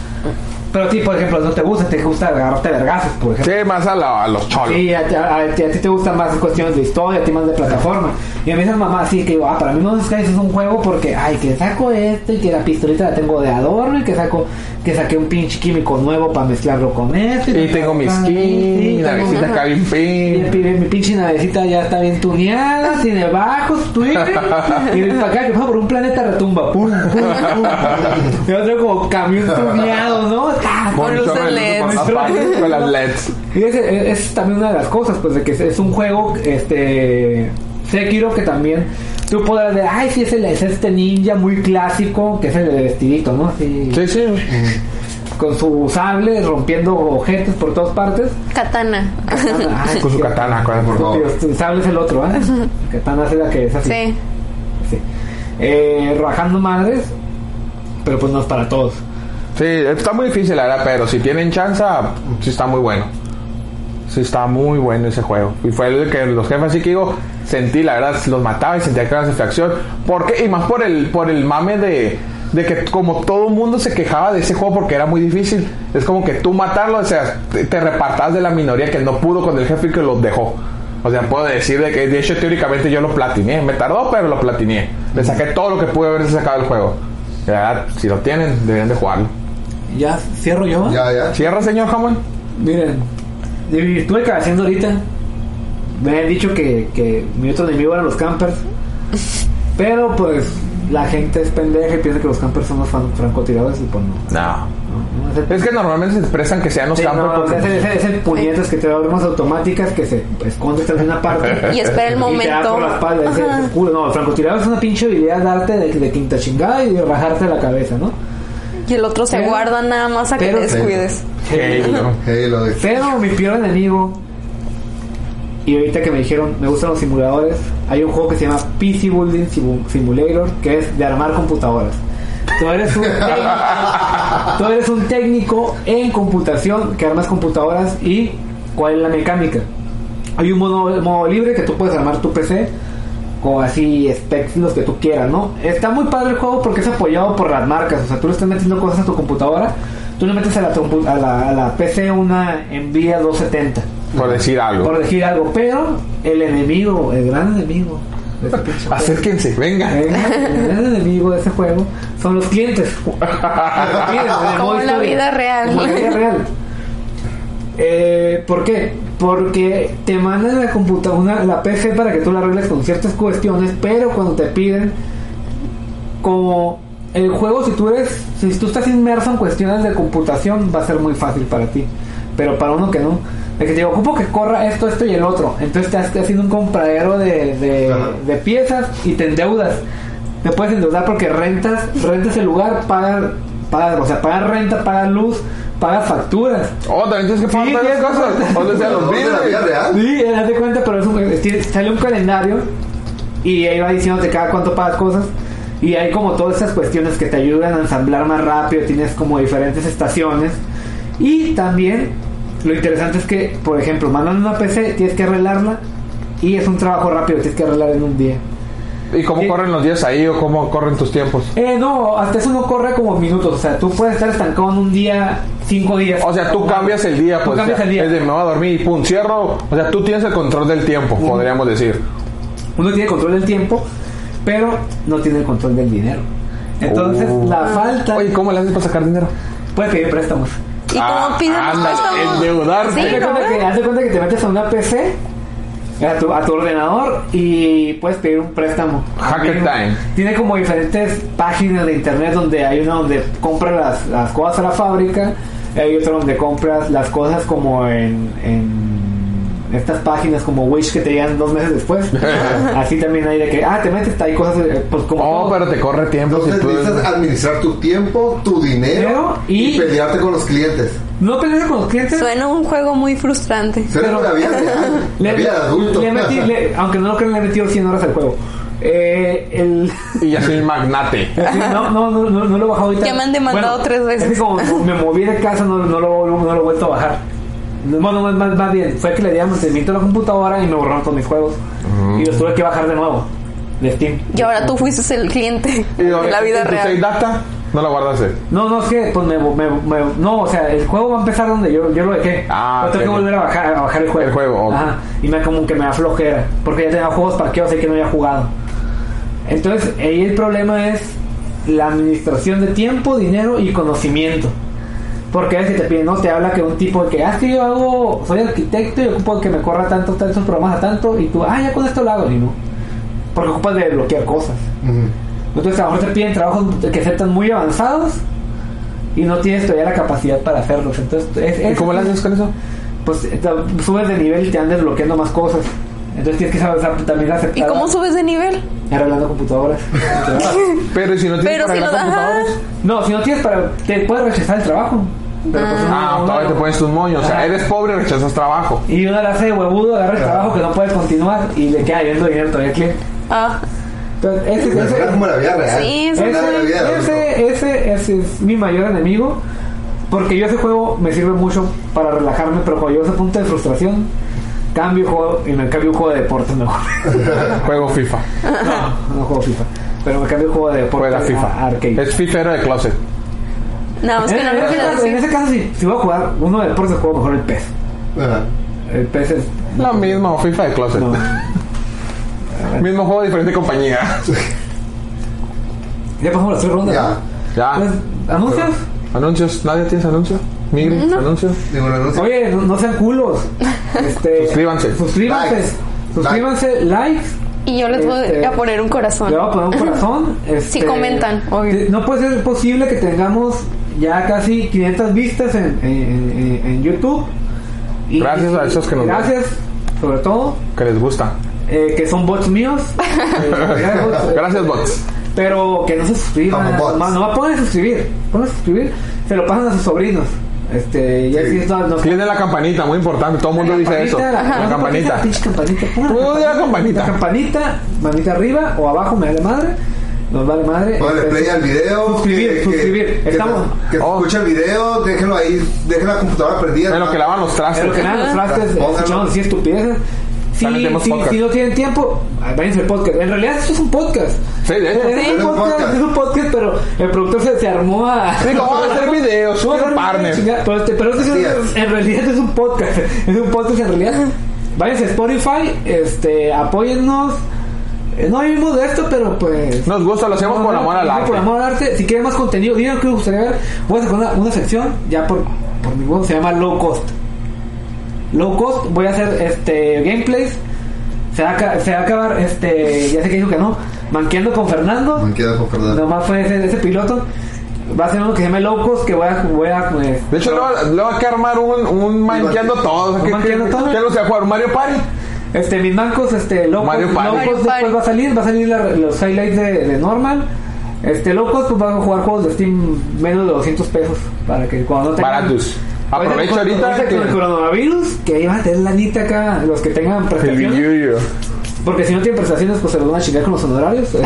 Pero a ti, por ejemplo, no te gusta, te gusta agarrarte a vergazos, por ejemplo. Sí, más a, la- a los cholos. Sí, a, a- a ti a ti te gustan más cuestiones de historia, a ti más de plataforma. Y a mí esas mamás sí que digo, ah, para mí no Sky es un juego porque, ay, que saco esto y que la pistolita la tengo de adorno y que saco, que saqué un pinche químico nuevo para mezclarlo con esto. Y tengo mi Ah, sí, skin, la tengo- visita acá bien mi, pin. pi- mi pinche navecita ya está bien tuneada, tiene bajos, twirling. eh. Y para acá que fue por un planeta retumba. Pum, pum, pum. Y otro como camión tuneado, ¿no? Ta, Con luces chorro de luz LEDs. por la parte, Con las LEDs. y ese- e- esa es también una de las cosas, pues, de que es- es un juego, este, Sekiro, que también tú podrás ver, ay, sí, es, el, es este ninja muy clásico, que es el de vestidito, ¿no? Así, Sí, sí. Con su sable rompiendo objetos por todas partes. Ah, Katana. Ay, Con su qué- katana, con- por favor. Dios, tu sable es este, el otro, ¿eh? Katana es la que es así. Sí. sí. Eh, rajando madres, pero pues no es para todos. Sí, está muy difícil, la verdad, pero si tienen chance, ah, sí está muy bueno. Sí está muy bueno ese juego. Y fue el que los jefes así que digo, sentí, la verdad, los mataba y sentía que era satisfacción. Porque, y más por el, por el mame de, de que como todo el mundo se quejaba de ese juego porque era muy difícil. Es como que tú matarlo, o sea, te, te repartas de la minoría que no pudo con el jefe y que los dejó. O sea, puedo decir de que de hecho teóricamente yo lo platiné. Me tardó, pero lo platiné. Le saqué todo lo que pude haber sacado del juego. La verdad, si lo tienen, deberían de jugarlo. Ya cierro yo. Ya, ya. Cierra, señor Jamón. Miren, de mi virtud que haciendo ahorita, me han dicho que, que mi otro enemigo eran los campers. Pero pues la gente es pendeja y piensa que los campers son los fan- francotiradores y pues no. No. no, no es el- Es que normalmente se expresan que sean los Sí, campos. no, porque- es el- es el- es el puñetas que te da armas automáticas que se esconde en una parte Y espera el te da momento. por la espalda, es Ajá. el culo. No, el francotirador es una pinche habilidad darte de, de quinta chingada y de rajarte la cabeza, ¿no? Y el otro se Pero- guarda nada más a que pero- te descuides. Hey, no. Hey, lo de- Pero mi peor enemigo. Y ahorita que me dijeron, me gustan los simuladores. Hay un juego que se llama PC Building Simu- Simulator, que es de armar computadoras. Tú eres un técnico, tú eres un técnico en computación que armas computadoras y cuál es la mecánica. Hay un modo, modo libre que tú puedes armar tu PC con así specs los que tú quieras, ¿no? Está muy padre el juego porque es apoyado por las marcas, o sea, tú le estás metiendo cosas a tu computadora, tú le metes a la, compu- a la, a la PC una Nvidia 270, Por decir algo. por decir algo, pero el enemigo, el gran enemigo, de este pinche juego, Acérquense, venga. el gran enemigo de ese juego son los clientes. Los clientes, el Como modo en la historia. vida real. Como en la vida real. Eh, ¿Por qué? Porque te mandan la computadora, la PC para que tú la arregles con ciertas cuestiones, pero cuando te piden como el juego si tú eres si tú estás inmerso en cuestiones de computación va a ser muy fácil para ti pero para uno que no de que te digo, ocupo que corra esto esto y el otro entonces te has- te has haciendo un compradero de, de- Ajá. de piezas y te endeudas te puedes endeudar porque rentas rentas el lugar pagas pagas o sea pagas renta pagas luz pagas facturas Oh, también tienes que pagar Sí, varias tienes que cosas. pagar- O sea, los ¿Dónde la vida vídeos. real? Sí, haz de cuenta, pero es un- tiene- sale un calendario y ahí va diciéndote cada cuánto pagas cosas. Y hay como todas esas cuestiones que te ayudan a ensamblar más rápido, tienes como diferentes estaciones. Y también lo interesante es que, por ejemplo, mandan una PC, tienes que arreglarla y es un trabajo rápido, tienes que arreglar en un día. ¿Y cómo Sí. corren los días ahí o cómo corren tus tiempos? Eh, no, hasta eso no corre como minutos, o sea, tú puedes estar estancado en un día, cinco días. O sea, tú cambias el día, Tú pues. cambias ya. el día. Es de me voy a dormir y pum, cierro. O sea, tú tienes el control del tiempo, podríamos decir. Uno tiene control del tiempo, pero no tiene el control del dinero. Entonces, Oh. la falta. Oye, ¿cómo le haces para sacar dinero? Puedes pedir préstamos. ¿Y Ah, cómo piden los ándale, préstamos? endeudarte. Sí, Haz de ¿no? cuenta que, haz de cuenta que te metes a una PC, a tu, a tu ordenador, y puedes pedir un préstamo. Hacker Tiene- time. Tiene como diferentes páginas de internet donde hay una donde compras las, las cosas a la fábrica, y hay otra donde compras las cosas como en. en estas páginas como Wish que te llegan dos meses después. Así también hay de que, ah, te metes, hay cosas, eh, pues como. Oh, todo. pero te corre tiempo si Entonces tú. necesitas administrar tu tiempo, tu dinero Dinero y- y, pelearte con los clientes. No peleas con los clientes. Suena un juego muy frustrante. Ser Pero- una vida real, la vida de adulto. le metí- le- aunque no lo crean, le he metido 100 horas al juego. Eh, el, Y ya soy magnate. sí, no, no, no, no, no lo he bajado ahorita. Ya me han demandado tres veces. Es que como me moví de casa, no, no, lo, no lo he vuelto a bajar. No, Bueno, más, más- más bien, fue que le di mantenimiento a la computadora y me borraron todos mis juegos. Y los tuve que bajar de nuevo de Steam. Y ahora tú fuiste el cliente Y pues, lo- de la vida ¿y tu save real. data? No la guardaste. No, no, es que pues me, me, me- No, o sea, el juego va a empezar donde yo, yo lo dejé. Ah, Pero tengo ok. que volver a bajar, a bajar el juego. El juego, ok. Ajá. Y me como que me da flojera. Porque ya tenía juegos parqueados y que no había jugado. Entonces, ahí el problema es la administración de tiempo, dinero y conocimiento. Porque a veces te piden, no, te habla que un tipo de que, ah, es que yo hago, soy arquitecto y ocupo que me corra tantos, tantos programas a tanto. Y tú, ah, ya con esto lo hago. Y no. Porque ocupas de bloquear cosas. Ujú. Entonces a lo mejor te piden trabajos que aceptan muy avanzados y no tienes todavía la capacidad para hacerlos. Entonces, es, ¿Y es- Eh, cómo la haces con eso? Pues eh, te- subes de nivel y te andas bloqueando más cosas. Entonces tienes que saber sab- también aceptar. ¿Y cómo subes de nivel? Arreglando computadoras. Pero ¿y si no tienes Pero para si no... arreglar Ajá. computadores? no, si no tienes para. Te puedes rechazar el trabajo. Pero, pues, uno- Ah, uno- todavía te pones tus moños. O sea, Ajá. eres pobre y rechazas trabajo. Y uno le hace de huevudo, agarra el trabajo que no puede continuar y le queda debiendo dinero todavía al cliente. Ah, Entonces, ese, Pero ese- era como la vida real. Sí, sí, Ese, Una vida de adulto. ese, ese- ese es mi mayor enemigo. Porque yo ese juego me sirve mucho para relajarme, pero cuando llego a ese punto de frustración, cambio juego y me cambio un juego de deportes mejor. Juego FIFA. no, no juego FIFA. Pero me cambio un juego de deportes Juega a- a FIFA. arcade. Es fifero de closet. nada más en, que no en lo ese quiero caso, en decir. ese caso, sí, si voy a jugar uno de deportes, juego mejor el PES. Ajá. El PES es. Lo mismo, FIFA de closet. no. Mismo juego, diferente compañía. Ya pasamos las tres rondas. Ya. Ya. Pues, ¿Anuncios? Anuncios. ¿Nadie tiene anuncio? Migre, anuncio. Digo, no, no sé. Oye, no, no sean culos. Este, Suscríbanse. Suscríbanse. Likes. Suscríbanse, likes. Y yo les voy Este- a poner un corazón. Le vamos a pues, poner un corazón. este, Sí, comentan, obvio. te- No puede ser posible que tengamos ya casi 500 vistas en, en- en- en YouTube. Y- Gracias a esos que nos ven. Gracias, sobre todo, Que les gusta. eh, que son bots míos. Eh, gracias, bots. Gracias, bots. Pero que no se suscriban. Como bots. No, no ponen a suscribir. Ponen a suscribir. Se lo pasan a sus sobrinos. Este, y así Sí. es no- no- Clic de la campanita, muy importante. Todo el mundo dice eso. campanita, La no, campanita. pinche campanita, pongan Tú di la campanita. La campanita, manita arriba o abajo, me vale madre. Nos vale madre. Póngale Este, play al video. Suscribir, que- que- suscribir. que- Estamos. Que, Oh. escuche el video, déjenlo ahí, dejen la computadora prendida. En lo que lavan los Es lo que trastes. nada, los Ajá. trastes, Pónganlo. escuchamos así estupideces. Si, También tenemos si, podcast. si no tienen tiempo, ah, váyanse al podcast. En realidad, esto es un podcast. Sí, de hecho. Es, un Es un podcast, podcast. es un podcast, pero el productor se, se armó a. Sí, ¿cómo va a hacer videos? Tú Soy vas a un ver, partner. chinga, Pero, este- pero este Así es- es. en realidad es un podcast. Es un podcast en realidad. Váyanse a Spotify, este, apóyennos. Eh, No vivimos de esto, pero pues. Nos gusta, lo hacemos por amor al Hacemos arte. Por amor al arte. Si quieren más contenido, digan que les gustaría ver. Voy a sacar una, una sección, ya por, por mi huevo, se llama Low Cost. low cost, voy a hacer este gameplays. Se va, a, ca- se va a acabar, este, ya sé que dijo que no, manqueando con Fernando. Manqueando con Fernando. Nomás fue ese, ese piloto. Va a ser uno que se llame Low Cost, que voy a... Voy a pues, De hecho, luego, luego hay que armar un, un manqueando todo. ¿Un ¿Qué, manqueando qué- todo? qué lo sea jugar? ¿Un Mario Party? Este, mis mancos, este, Low Mario Cost, Party. Low Mario Cost después Party. va a salir, va a salir la- los highlights de, de Normal. Este, Low Cost, pues van a jugar juegos de Steam menos de 200 pesos, para que cuando no tengan... Baratos. Aprovecha con- ahorita con- Con que- el coronavirus, que ahí van a tener lanita acá, los que tengan prestaciones. Yuyo. Porque si no tienen prestaciones, pues se los van a chingar con los honorarios.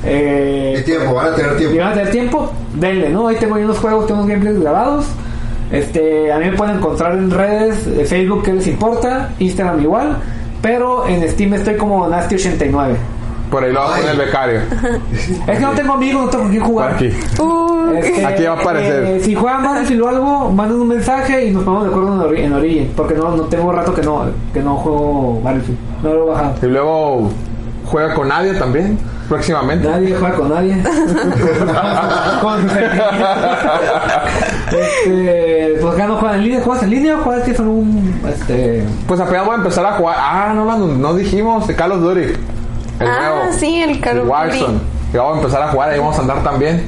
Y eh, tiempo, van a tener y tiempo. van a tener tiempo, denle, ¿no? Ahí tengo yo unos juegos, tengo unos gameplays grabados. Este, a mí me pueden encontrar en redes, eh, Facebook, que les importa? Instagram igual. Pero en Steam estoy como Nasty89. Por ahí lo va a Ay. poner el becario. Es que no tengo amigos, no tengo con quién jugar. Aquí. Uh, Este, Aquí va a aparecer. eh, si juegan Battlefield o algo, manden un mensaje y nos ponemos de acuerdo en, ori- en Origin. Porque no, no tengo rato que no, que no juego Battlefield. No lo he bajado. Y luego juega con Nadia también, próximamente. Nadie juega con nadie. con sus sentimientos. este, pues acá no juegan en línea. ¿Juegas en línea o juegas que son un. Este, Pues apenas voy a empezar a jugar. Ah, no, lo- no dijimos de Call of Duty. El Ah, nuevo. sí, el Call of Duty. Warzone. Y vamos a empezar a jugar, ahí vamos a andar también.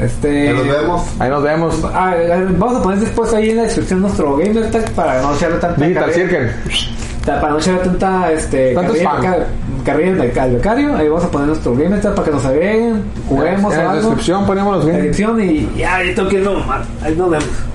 este, Ah, Ya Nos vemos. Ahí nos vemos. a ver, a ver, vamos a poner después ahí en la descripción nuestro Gamer Tag para no echarle tanta. Digital carrera- Circle. ta- Para no echarle tanta. Este, Tanto carrilla spam. al ca- carrilla al al becario. Ahí vamos a poner nuestro Gamer Tag para que nos agreguen. Juguemos en o la algo. descripción ponemos los La games. descripción y ya, ahí toque no, ahí nos vemos.